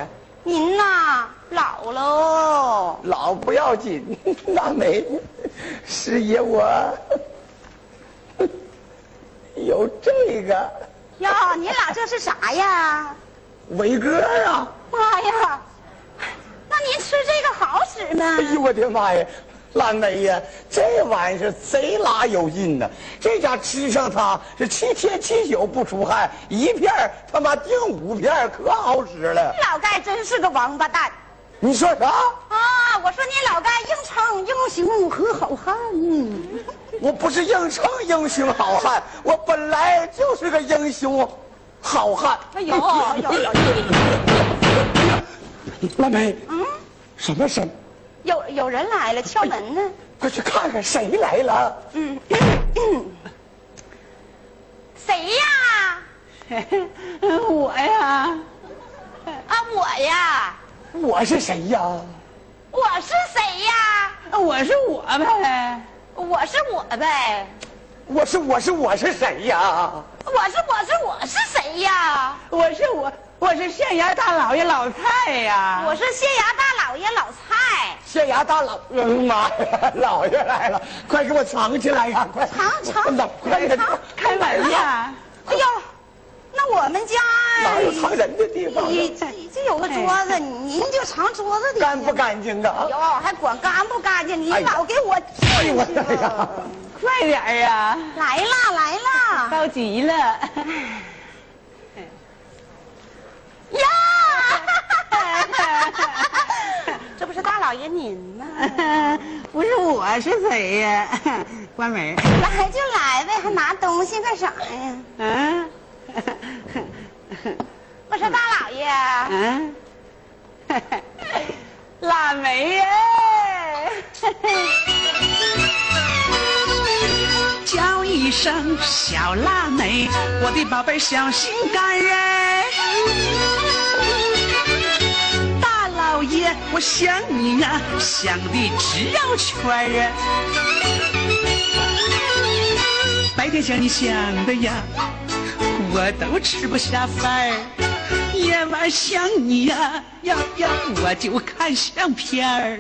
Speaker 5: 您呐，老喽，
Speaker 1: 老不要紧， *laughs* 腊梅，师爷我 *laughs* 有这个
Speaker 5: 哟，您老这是啥呀？
Speaker 1: 伟哥啊！
Speaker 5: 妈呀，那您吃这个好使吗
Speaker 1: 哎？呦我的妈呀！腊梅呀，这玩意儿是贼拉有劲呐！这家吃上它是七天七宿不出汗，一片儿他妈顶五片儿，可好使了。
Speaker 5: 老盖真是个王八蛋
Speaker 1: 你说啥？
Speaker 5: 啊！我说你老盖硬撑英雄和好汉，嗯
Speaker 1: 我不是硬撑英雄好汉，我本来就是个英雄好汉。
Speaker 5: 哎呦哎呦哎呦，
Speaker 1: 腊梅，
Speaker 5: 嗯，
Speaker 1: 什么什么？
Speaker 5: 有有人来了，敲门呢。
Speaker 1: 快去看看谁来了！
Speaker 5: 嗯，谁呀？
Speaker 2: 我呀，
Speaker 5: 啊，我呀，
Speaker 1: 我是谁呀？
Speaker 5: 我是谁呀？
Speaker 2: 我是我呗。
Speaker 5: 我是我呗。
Speaker 1: 我是我是我是谁呀？
Speaker 5: 我是我是我是谁呀？
Speaker 2: 我是我，我是县衙大老爷老蔡呀。
Speaker 5: 我是县衙大老爷老蔡，
Speaker 1: 县衙大老，嗯妈呀，老爷来了，快给我藏起来呀！快
Speaker 5: 藏藏
Speaker 1: 快点快点
Speaker 5: 藏
Speaker 2: 开门呀！
Speaker 5: 哎呦，那我们家
Speaker 1: 哪有藏人的地方啊
Speaker 5: 已
Speaker 1: 呀？
Speaker 5: 已经有个桌子，您就藏桌子底下。
Speaker 1: 干不？干净啊？
Speaker 5: 哟，还管干不干净？你
Speaker 1: 哎呀
Speaker 5: 老给我
Speaker 1: 哎呦
Speaker 5: 进
Speaker 1: 我
Speaker 5: 去
Speaker 1: 的呀
Speaker 5: 吧！！
Speaker 2: 快点儿呀，
Speaker 5: 来啦来啦！
Speaker 2: 着急了。
Speaker 5: 呀， *laughs* 这不是大老爷您吗？
Speaker 2: *laughs* 不是我是谁呀？ *laughs* 关门。
Speaker 5: 来就来呗，还拿东西干啥呀？
Speaker 2: 嗯，
Speaker 5: 我说大老爷，
Speaker 2: 嗯，
Speaker 5: 嗯 *laughs*
Speaker 2: 腊梅耶！叫一声小腊梅，我的宝贝儿小心肝儿哎！大老爷，我想你呀、想的直绕圈儿啊！白天想你想的呀，我都吃不下饭儿；夜晚想你呀呀呀，我就看相片儿。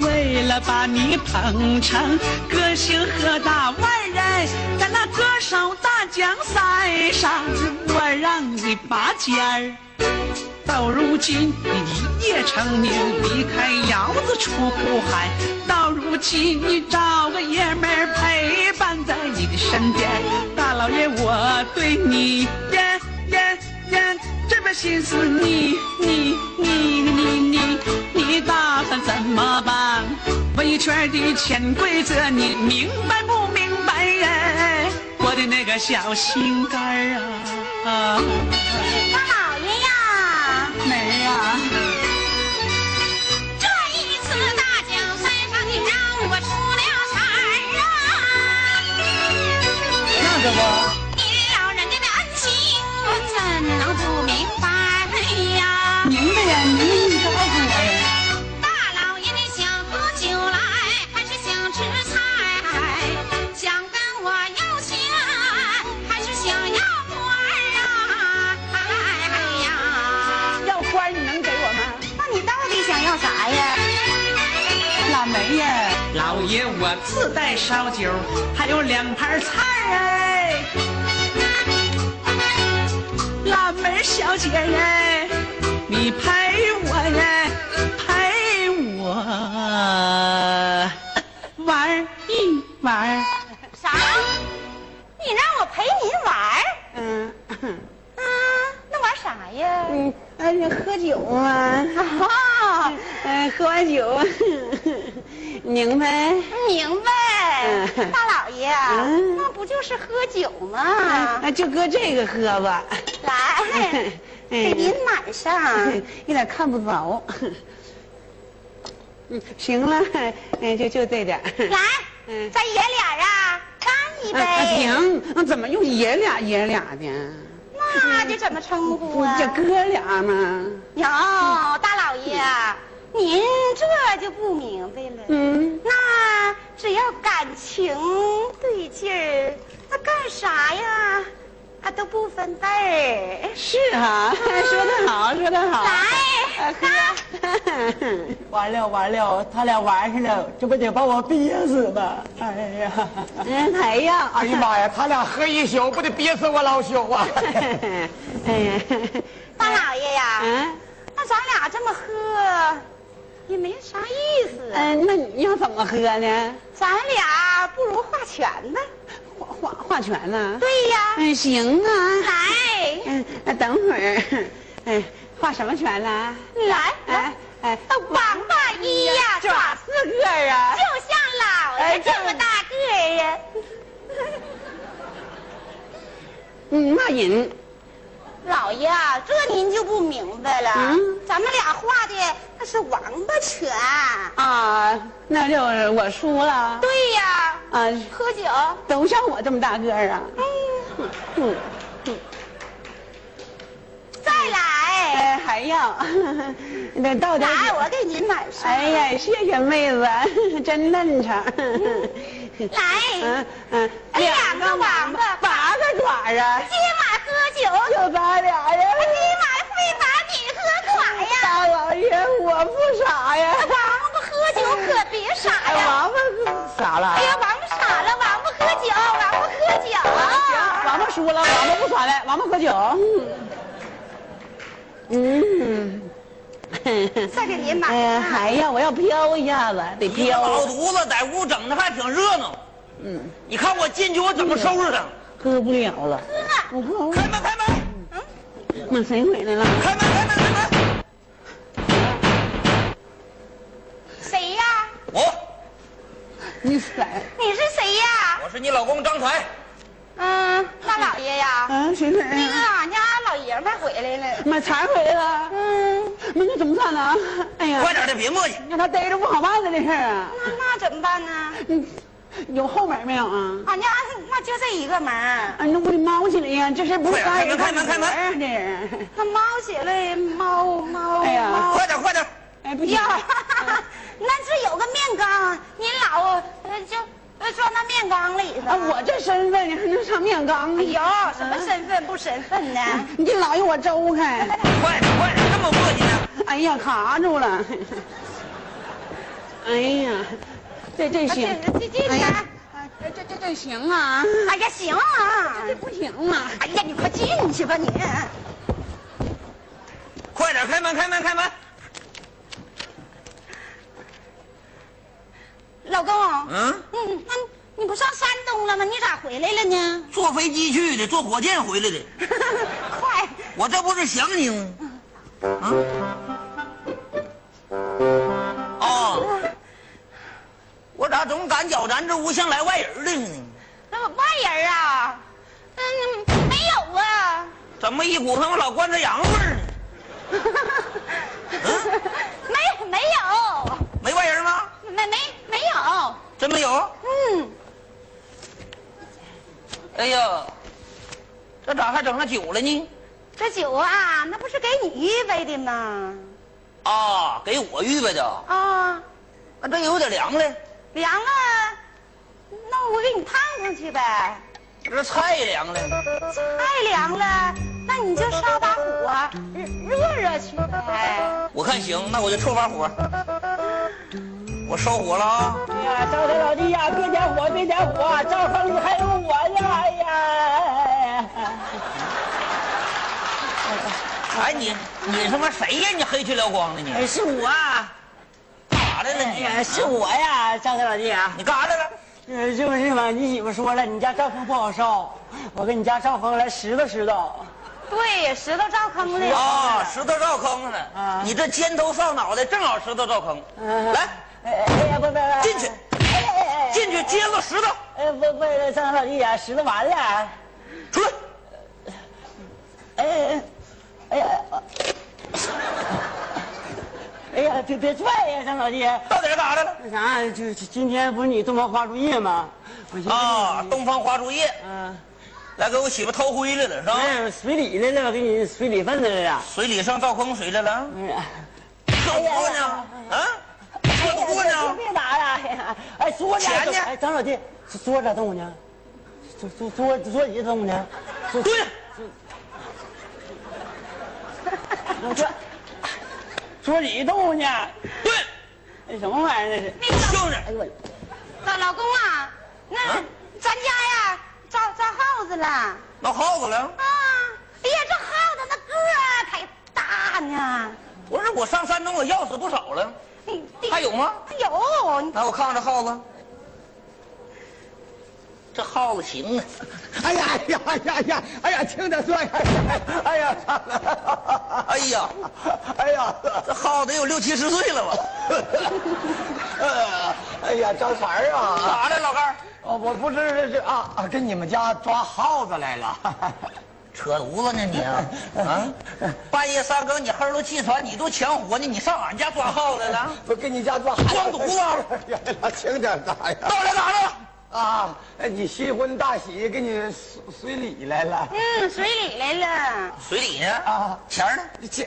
Speaker 2: 为了把你捧成歌星和大腕儿哎，在那歌手大奖赛上，我让你拔尖儿。到如今你一夜成名，离开窑子出苦海。到如今你找个爷们儿陪伴在你的身边，大老爷我对你呀呀呀，这么心思你你你你你你打算怎么办？文艺圈的潜规则你明白不明白呀？我的那个小心肝儿啊啊，
Speaker 5: 大老爷呀，
Speaker 2: 梅儿啊！
Speaker 4: 这一次大奖赛上，你让我出了色儿啊！
Speaker 6: 那可不。
Speaker 4: 你老人家的恩情，我怎能不明白呀？
Speaker 2: 明白呀，你你告诉我呀。
Speaker 4: 大老爷，你想喝酒来，还是想吃菜？想跟我要钱，还是想要官儿啊？哎呀！
Speaker 2: 要官你能给我吗？
Speaker 5: 那你到底想要啥呀？
Speaker 2: 腊梅呀，老爷我自带烧酒，还有两盘菜哎。腊梅小姐哎，你陪我呀，陪我玩一玩。
Speaker 5: 啥？你让我陪您玩儿？
Speaker 2: 嗯
Speaker 5: 啊，那玩啥呀？
Speaker 2: 嗯，哎，你喝酒吗？
Speaker 5: 啊，
Speaker 2: 哎，喝完酒， *laughs* 明白。
Speaker 5: *laughs* 明白
Speaker 2: 嗯。
Speaker 5: 大老爷，
Speaker 2: 嗯
Speaker 5: 那不就是喝酒吗？
Speaker 2: 那就搁这个喝吧。 *laughs* 哎
Speaker 5: 来，给您满上。
Speaker 2: 有点看不着。嗯，行了，哎，就就这点儿。
Speaker 5: 来，
Speaker 2: 嗯
Speaker 5: 咱爷俩啊，干一
Speaker 2: 啊啊
Speaker 5: 杯。
Speaker 2: 停，怎么用爷俩爷俩的？
Speaker 5: 那这怎么称呼
Speaker 2: 不
Speaker 5: 啊？
Speaker 2: 叫哥俩吗？
Speaker 5: 哟，大老爷，您这就不明白了。
Speaker 2: 嗯，
Speaker 5: 那只要感情对劲儿，那干啥呀？啊，都不分辈儿。
Speaker 2: 是哈、 *laughs* 说得好，说得好。
Speaker 5: 来
Speaker 2: 啊，喝。
Speaker 3: 完了完了，他俩玩上了，这不得把我憋死吗？哎呀，
Speaker 2: 嗯，哎呀，
Speaker 1: 哎呀妈呀，他俩喝一宿，不得憋死我老朽啊！
Speaker 2: 哎呀，
Speaker 5: 大老爷呀，
Speaker 2: 嗯，
Speaker 5: 那咱俩这么喝，也没啥意思。
Speaker 2: 嗯，那你要怎么喝呢？
Speaker 5: 咱俩不如画拳呗。
Speaker 2: 画画画拳呢？
Speaker 5: 对呀，哎
Speaker 2: 嗯，行啊。
Speaker 5: 来
Speaker 2: 嗯，那等会儿，哎，画什么拳呢？
Speaker 5: 来
Speaker 2: 哎
Speaker 5: 来，
Speaker 2: 哎，
Speaker 5: 王八一呀，爪
Speaker 2: 四个儿啊
Speaker 5: 就像老爷这么大个儿啊。
Speaker 2: 嗯，骂人，
Speaker 5: 老爷啊，这您就不明白了。
Speaker 2: 嗯
Speaker 5: 咱们俩画的那是王八拳。
Speaker 2: 啊，那就是我输了。
Speaker 5: 对呀，
Speaker 2: 啊，
Speaker 5: 喝酒。
Speaker 2: 都像我这么大个儿啊。
Speaker 5: 嗯，
Speaker 2: 嗯，
Speaker 5: 再来，
Speaker 2: 哎，还要， *laughs* 得到点。
Speaker 5: 来，我给您满
Speaker 2: *laughs*
Speaker 5: 上。
Speaker 2: 哎呀，谢谢妹子，真嫩长。
Speaker 5: 来，
Speaker 3: 嗯嗯，
Speaker 5: 两个王八，
Speaker 3: 八个爪啊，
Speaker 5: 今晚喝酒，
Speaker 3: 就咱俩呀，
Speaker 5: 今晚非把你喝垮呀。
Speaker 3: 大老爷我不傻呀，
Speaker 5: 王八喝酒可别傻
Speaker 3: 哎
Speaker 5: 呀。
Speaker 3: 王八是傻了
Speaker 5: 哎，呀，王八傻了，王八喝酒，王八喝酒。啊
Speaker 2: 王八输了，王八不耍赖，王八喝酒。
Speaker 3: 嗯，
Speaker 5: 再给您买
Speaker 3: 哎呀，
Speaker 5: 啊。
Speaker 3: 哎呀，我要飘一下子，得
Speaker 6: 一个哎老
Speaker 3: 飘，
Speaker 6: 犊子在屋整的还挺热闹。嗯，你看我进去我怎么收拾他？
Speaker 3: 喝不了了，我喝
Speaker 6: 开门开门
Speaker 3: 满神鬼来了，
Speaker 6: 开门开门开门！
Speaker 5: 谁呀？
Speaker 6: 哦我
Speaker 2: 你谁？
Speaker 5: 你是谁呀？
Speaker 6: 我是你老公张才，
Speaker 5: 嗯，大老爷呀，
Speaker 2: 啊，谁谁呀？
Speaker 5: 那个俺家老爷们儿回来了。
Speaker 2: 买柴回来了。
Speaker 5: 嗯，
Speaker 2: 那你怎么办呢？哎呀，
Speaker 6: 快点的，别磨叽。
Speaker 2: 你让他逮着不好办的这事儿啊。
Speaker 5: 那那怎么办呢？
Speaker 2: 嗯，有后门没有啊？
Speaker 5: 俺家那就这一个门儿，
Speaker 2: 哎，那我得猫起来呀！这事儿不是
Speaker 6: 快点
Speaker 2: 干
Speaker 6: 开门开门开
Speaker 2: 这人，
Speaker 5: 那猫起来，猫猫
Speaker 2: 哎呀
Speaker 5: 猫
Speaker 6: 快点快点，
Speaker 2: 哎，不行
Speaker 5: 哟，， *laughs* 那是有个面缸，您老呃就呃装到面缸里头。
Speaker 2: 啊，我这身份你还能上面缸？
Speaker 5: 哎呦，什么身份不身份呢？
Speaker 2: 你这老让我周开，
Speaker 6: 快点快点，这么磨叽呢？
Speaker 2: 哎呀，卡住了，哎呀，这
Speaker 6: 啊
Speaker 2: 这
Speaker 5: 啊这
Speaker 2: 行，
Speaker 5: 这这
Speaker 2: 哎
Speaker 5: 这，
Speaker 2: 呀这这这这行啊，
Speaker 5: 哎呀，行啊！
Speaker 2: 这不行啊，
Speaker 5: 哎呀，你快进去吧你。
Speaker 6: 快点开门开门开门！
Speaker 5: 老公，
Speaker 6: 嗯，
Speaker 5: 嗯，那你不上山东了吗？你咋回来了呢？
Speaker 6: 坐飞机去的，坐火箭回来的，
Speaker 5: 快，
Speaker 6: 我这不是想你吗？啊？哦，我咋总感觉咱这屋像来外人的呢？
Speaker 5: 那外人啊，嗯，没有啊。
Speaker 6: 怎么一股他妈老棺材洋味儿呢？
Speaker 5: *laughs* 没没有，
Speaker 6: 没外人吗？
Speaker 5: 没没没有，
Speaker 6: 真没有？
Speaker 5: 嗯，
Speaker 6: 哎呀，这咋还整上酒了呢？
Speaker 5: 这酒啊，那不是给你预备的吗？
Speaker 6: 啊，给我预备的，
Speaker 5: 啊，
Speaker 6: 那这有点凉了，
Speaker 5: 凉啊，那我给你烫烫去呗。
Speaker 6: 这菜也凉了。
Speaker 5: 太凉了，那你就烧把火啊，热热热去呗。
Speaker 6: 我看行，那我就凑把火，我烧火了啊！
Speaker 3: 哎呀，张三老弟呀，别点火，别点火，赵凤你还有我呀，哎呀，
Speaker 6: 哎，你你他妈谁呀？你黑去撩光了你？
Speaker 3: 哎，是我啊，
Speaker 6: 干啥来了
Speaker 3: 哎
Speaker 6: 你？啊
Speaker 3: 呀，是我呀，张三老弟啊。
Speaker 6: 你干啥来了？
Speaker 3: 呃，是不是嘛？你媳妇说了，你家赵峰不好烧，我跟你家赵峰来拾掇拾掇。
Speaker 5: 对，石头照坑里。
Speaker 3: 哦
Speaker 6: 啊，石头绕坑了！
Speaker 3: 啊
Speaker 6: 你这尖头上脑袋，正好石头绕坑。
Speaker 3: 嗯
Speaker 6: 来，
Speaker 3: 哎哎呀，不不不，
Speaker 6: 进去，
Speaker 3: 哎哎哎，
Speaker 6: 进去接个石头，
Speaker 3: 哎不不，张老弟呀，拾掇完了，哎
Speaker 6: 出来。
Speaker 3: 哎哎呀，哎呀，别别拽呀，张老弟。
Speaker 6: 到底是干啥来了？
Speaker 3: 那啥，就就今天不是你东方花烛夜吗？我寻思
Speaker 6: 啊，
Speaker 3: 你
Speaker 6: 东方花烛夜，
Speaker 3: 啊，
Speaker 6: 来给我媳妇掏灰来了是吧？
Speaker 3: 哎，随礼来了，我给你随礼份子来了。
Speaker 6: 水里上赵匡水来了，
Speaker 3: 哎呀，
Speaker 6: 说姑娘啊，说姑娘，
Speaker 3: 别打了，哎呀，哎，桌子
Speaker 6: 啊钱呢
Speaker 3: 哎，张老弟，桌子动物呢？桌桌桌桌椅动物呢？桌
Speaker 6: 对了，
Speaker 3: 桌桌椅动物呢？
Speaker 6: 对了，
Speaker 3: 哎，什么玩意儿那是？
Speaker 6: 就是
Speaker 3: 哎呦我，
Speaker 5: 老老公啊，那、
Speaker 6: 啊
Speaker 5: 咱家呀招招耗子了啊！
Speaker 6: 闹耗子了。
Speaker 5: 哎呀，这耗子那个儿才大呢。
Speaker 6: 不是我上山东，我钥匙不少了，
Speaker 5: 你
Speaker 6: 还有吗？
Speaker 5: 有，哎你
Speaker 6: 来，我看看这耗子。这耗子行啊，
Speaker 1: 哎呀哎呀哎呀哎呀！哎呀，听着说，哎呀哎呀，算了
Speaker 6: 哎呀，
Speaker 1: 哎呀，
Speaker 6: 这耗子有六七十岁了吧？
Speaker 1: 呃哎呀，张三儿
Speaker 6: 干
Speaker 1: 啊，
Speaker 6: 啥来，老干儿？
Speaker 1: 哦我不是这这啊啊，跟你们家抓耗子来了。
Speaker 6: 扯犊子呢你啊！ *laughs* 啊，半夜三更你黑了气喘，你都抢活呢，你上俺家抓耗子来了？
Speaker 1: 不跟你家抓光犊子！哎呀，老轻点打呀！
Speaker 6: 到来干啥来了？
Speaker 1: 啊，哎你新婚大喜，给你随随礼来了。
Speaker 5: 嗯，水里来了。
Speaker 6: 水里呢？
Speaker 1: 啊
Speaker 6: 钱儿呢？
Speaker 1: 你借，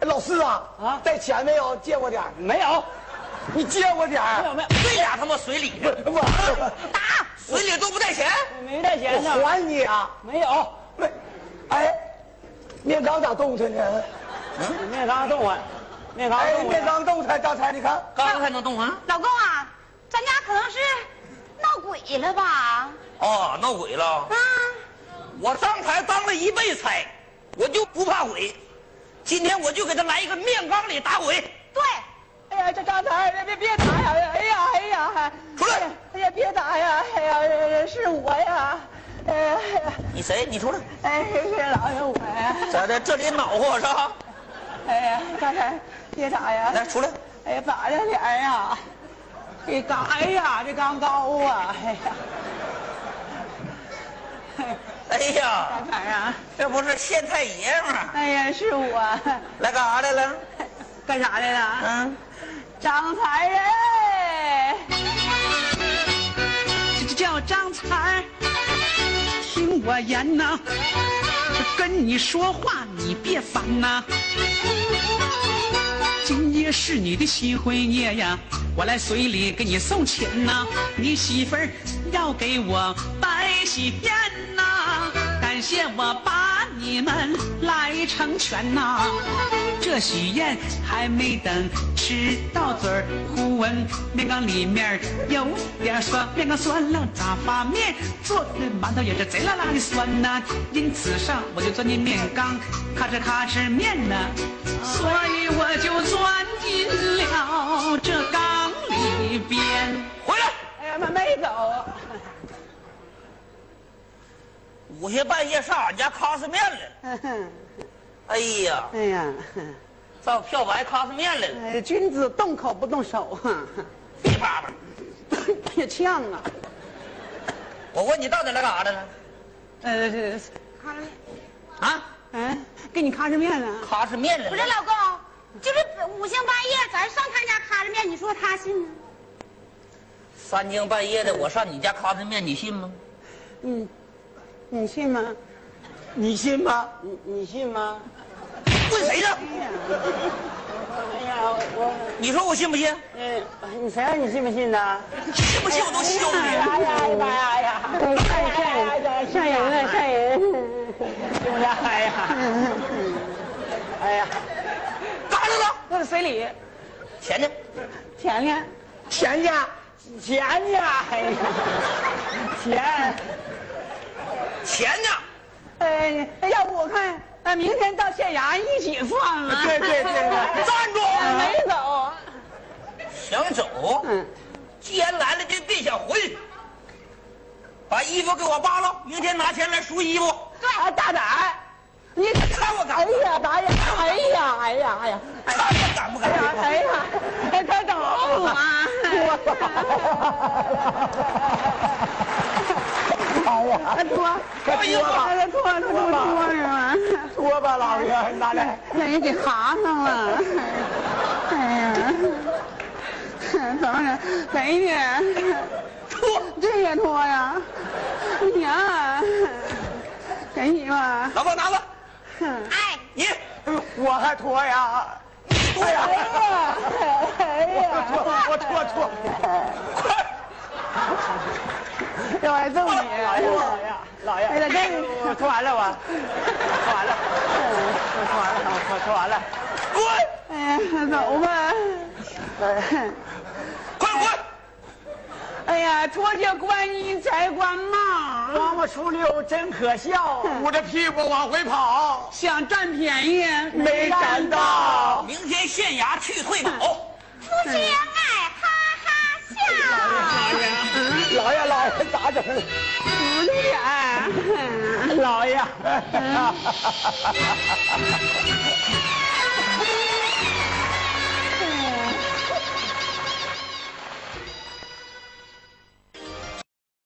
Speaker 1: 哎老四啊
Speaker 3: 啊
Speaker 1: 带钱没有？借我点儿
Speaker 3: 没有，
Speaker 1: 你接我点儿。
Speaker 6: 有，这俩他妈随礼呢，
Speaker 1: 我
Speaker 6: 打随礼都不带钱，
Speaker 3: 没带钱呢
Speaker 1: 我，还你啊！
Speaker 3: 没有，
Speaker 1: 没，哎，面缸咋冻着呢？
Speaker 3: 你面缸动啊，面缸
Speaker 1: 哎，
Speaker 3: 动
Speaker 1: 面
Speaker 3: 啊，
Speaker 1: 缸冻才刚才你看，
Speaker 6: 刚才还能动啊？
Speaker 5: 老公啊，咱家可能是闹鬼了吧？
Speaker 6: 哦，闹鬼了
Speaker 5: 啊，！
Speaker 6: 我刚才当了一辈子差，我就不怕鬼，今天我就给他来一个面缸里打鬼，
Speaker 5: 对，
Speaker 2: 哎呀，这刚才别别别打呀！哎呀哎呀，
Speaker 6: 出来！
Speaker 2: 哎呀别打呀！哎呀，是我呀！哎呀
Speaker 6: 你谁？你出来！
Speaker 2: 哎，是老爷我呀！
Speaker 6: 咋的？这里恼火是吧？
Speaker 2: 哎呀，刚才别打呀！
Speaker 6: 来，出来！
Speaker 2: 哎呀，咋的脸儿呀？这刚哎呀，这刚高啊！哎呀，
Speaker 6: 哎呀，
Speaker 2: 干啥呀？
Speaker 6: 这不是县太爷们儿
Speaker 2: 哎呀，是我，
Speaker 6: 来干啥来了？
Speaker 2: 干啥来了？
Speaker 6: 嗯，
Speaker 2: 张才人，这叫张才，听我言呐，跟你说话你别烦呐。今夜是你的新婚夜呀，我来随礼给你送钱呐、你媳妇儿要给我摆喜宴呐、感谢我把你们来成全呐、这喜宴还没等吃到嘴儿，忽闻面缸里面儿有点酸，面缸酸了咋发面？做的馒头也是贼拉拉的酸呐、因此上我就钻进面缸，咔哧咔哧面呐、所以我就钻进了这缸里边。
Speaker 6: 回来！
Speaker 2: 哎呀妈，没走，
Speaker 6: 午夜半夜上俺家咔哧面来了。哎呀，
Speaker 2: 哎呀，
Speaker 6: 上我漂白咔哧面来了，
Speaker 2: 哎君子动口不动手哈，
Speaker 6: 别叭叭！
Speaker 2: 别呛啊。
Speaker 6: 我问你到底来干啥来了？
Speaker 2: 呃，是
Speaker 5: 看着没
Speaker 6: 啊，
Speaker 2: 嗯，给你咔哧面了。
Speaker 6: 咔哧面来
Speaker 5: 不是
Speaker 6: 了。
Speaker 5: 老公，就是五更半夜咱上他家看着面，你说他信吗？
Speaker 6: 三更半夜的，我上你家咔哧面，你信吗？
Speaker 2: 嗯，你信吗？
Speaker 3: 你信吗？你你信吗？
Speaker 6: 问谁呢？
Speaker 3: 哎呀，我
Speaker 6: 你说我信不信？
Speaker 3: 嗯，你谁让你信不信呢？
Speaker 6: 信不信我都削你！
Speaker 3: 哎呀哎呀妈呀哎呀！哎呀吓人了吓人！哎呀哎呀！哎呀！
Speaker 6: 干啥了？
Speaker 2: 那是随礼，
Speaker 6: 钱呢？
Speaker 2: 甜甜。
Speaker 3: 钱家，钱家，哎呀，钱，
Speaker 6: 钱呢？
Speaker 2: 哎，要不我看，哎，明天到县衙一起算了。
Speaker 1: 对对对对
Speaker 6: 站住！
Speaker 2: 没走。
Speaker 6: 想走？
Speaker 2: 嗯，
Speaker 6: 既然来了，就别想回去。把衣服给我扒了，明天拿钱来赎衣服。
Speaker 2: 啊，大胆儿，你
Speaker 6: 看我
Speaker 2: 哎
Speaker 6: 敢，
Speaker 2: 呀，打呀，哎呀，哎呀，哎呀，
Speaker 6: 看我敢不
Speaker 2: 哎呀，
Speaker 6: 敢？
Speaker 2: 哎呀，哎，他走了。
Speaker 1: 哎呀，快
Speaker 2: 多，
Speaker 1: 脱吧
Speaker 2: 哎呀脱脱脱脱是吗？
Speaker 1: 说吧，老爷，拿来。
Speaker 2: 让人给哈上了。哎呀，怎么着？谁的？
Speaker 6: 脱！
Speaker 2: 这也脱呀？娘，给你吧。
Speaker 6: 老婆拿吧，
Speaker 5: 哎，
Speaker 6: 你
Speaker 1: 我还脱呀？
Speaker 6: 脱呀！
Speaker 2: 哎
Speaker 1: 我
Speaker 2: 呀，
Speaker 1: 脱，我脱脱。
Speaker 6: 快！
Speaker 2: 要挨揍你！
Speaker 3: 哎呀，老爷，老爷，
Speaker 2: 哎呀，这
Speaker 3: 我脱完了，我脱完了，哎我脱完了，我脱完了，
Speaker 6: 滚！
Speaker 2: 哎呀，走吧。
Speaker 6: 快滚！
Speaker 2: 哎呀，脱下官衣才官帽，
Speaker 3: 妈妈出溜真可笑，
Speaker 1: 捂着屁股往回跑，
Speaker 2: 想占便宜
Speaker 1: 没赶到。
Speaker 6: 明天县衙去退 *laughs* 保。
Speaker 5: 夫妻恩爱哎哈哈笑。
Speaker 1: 老爷，老爷咋整？
Speaker 2: 不是点。
Speaker 1: 老爷。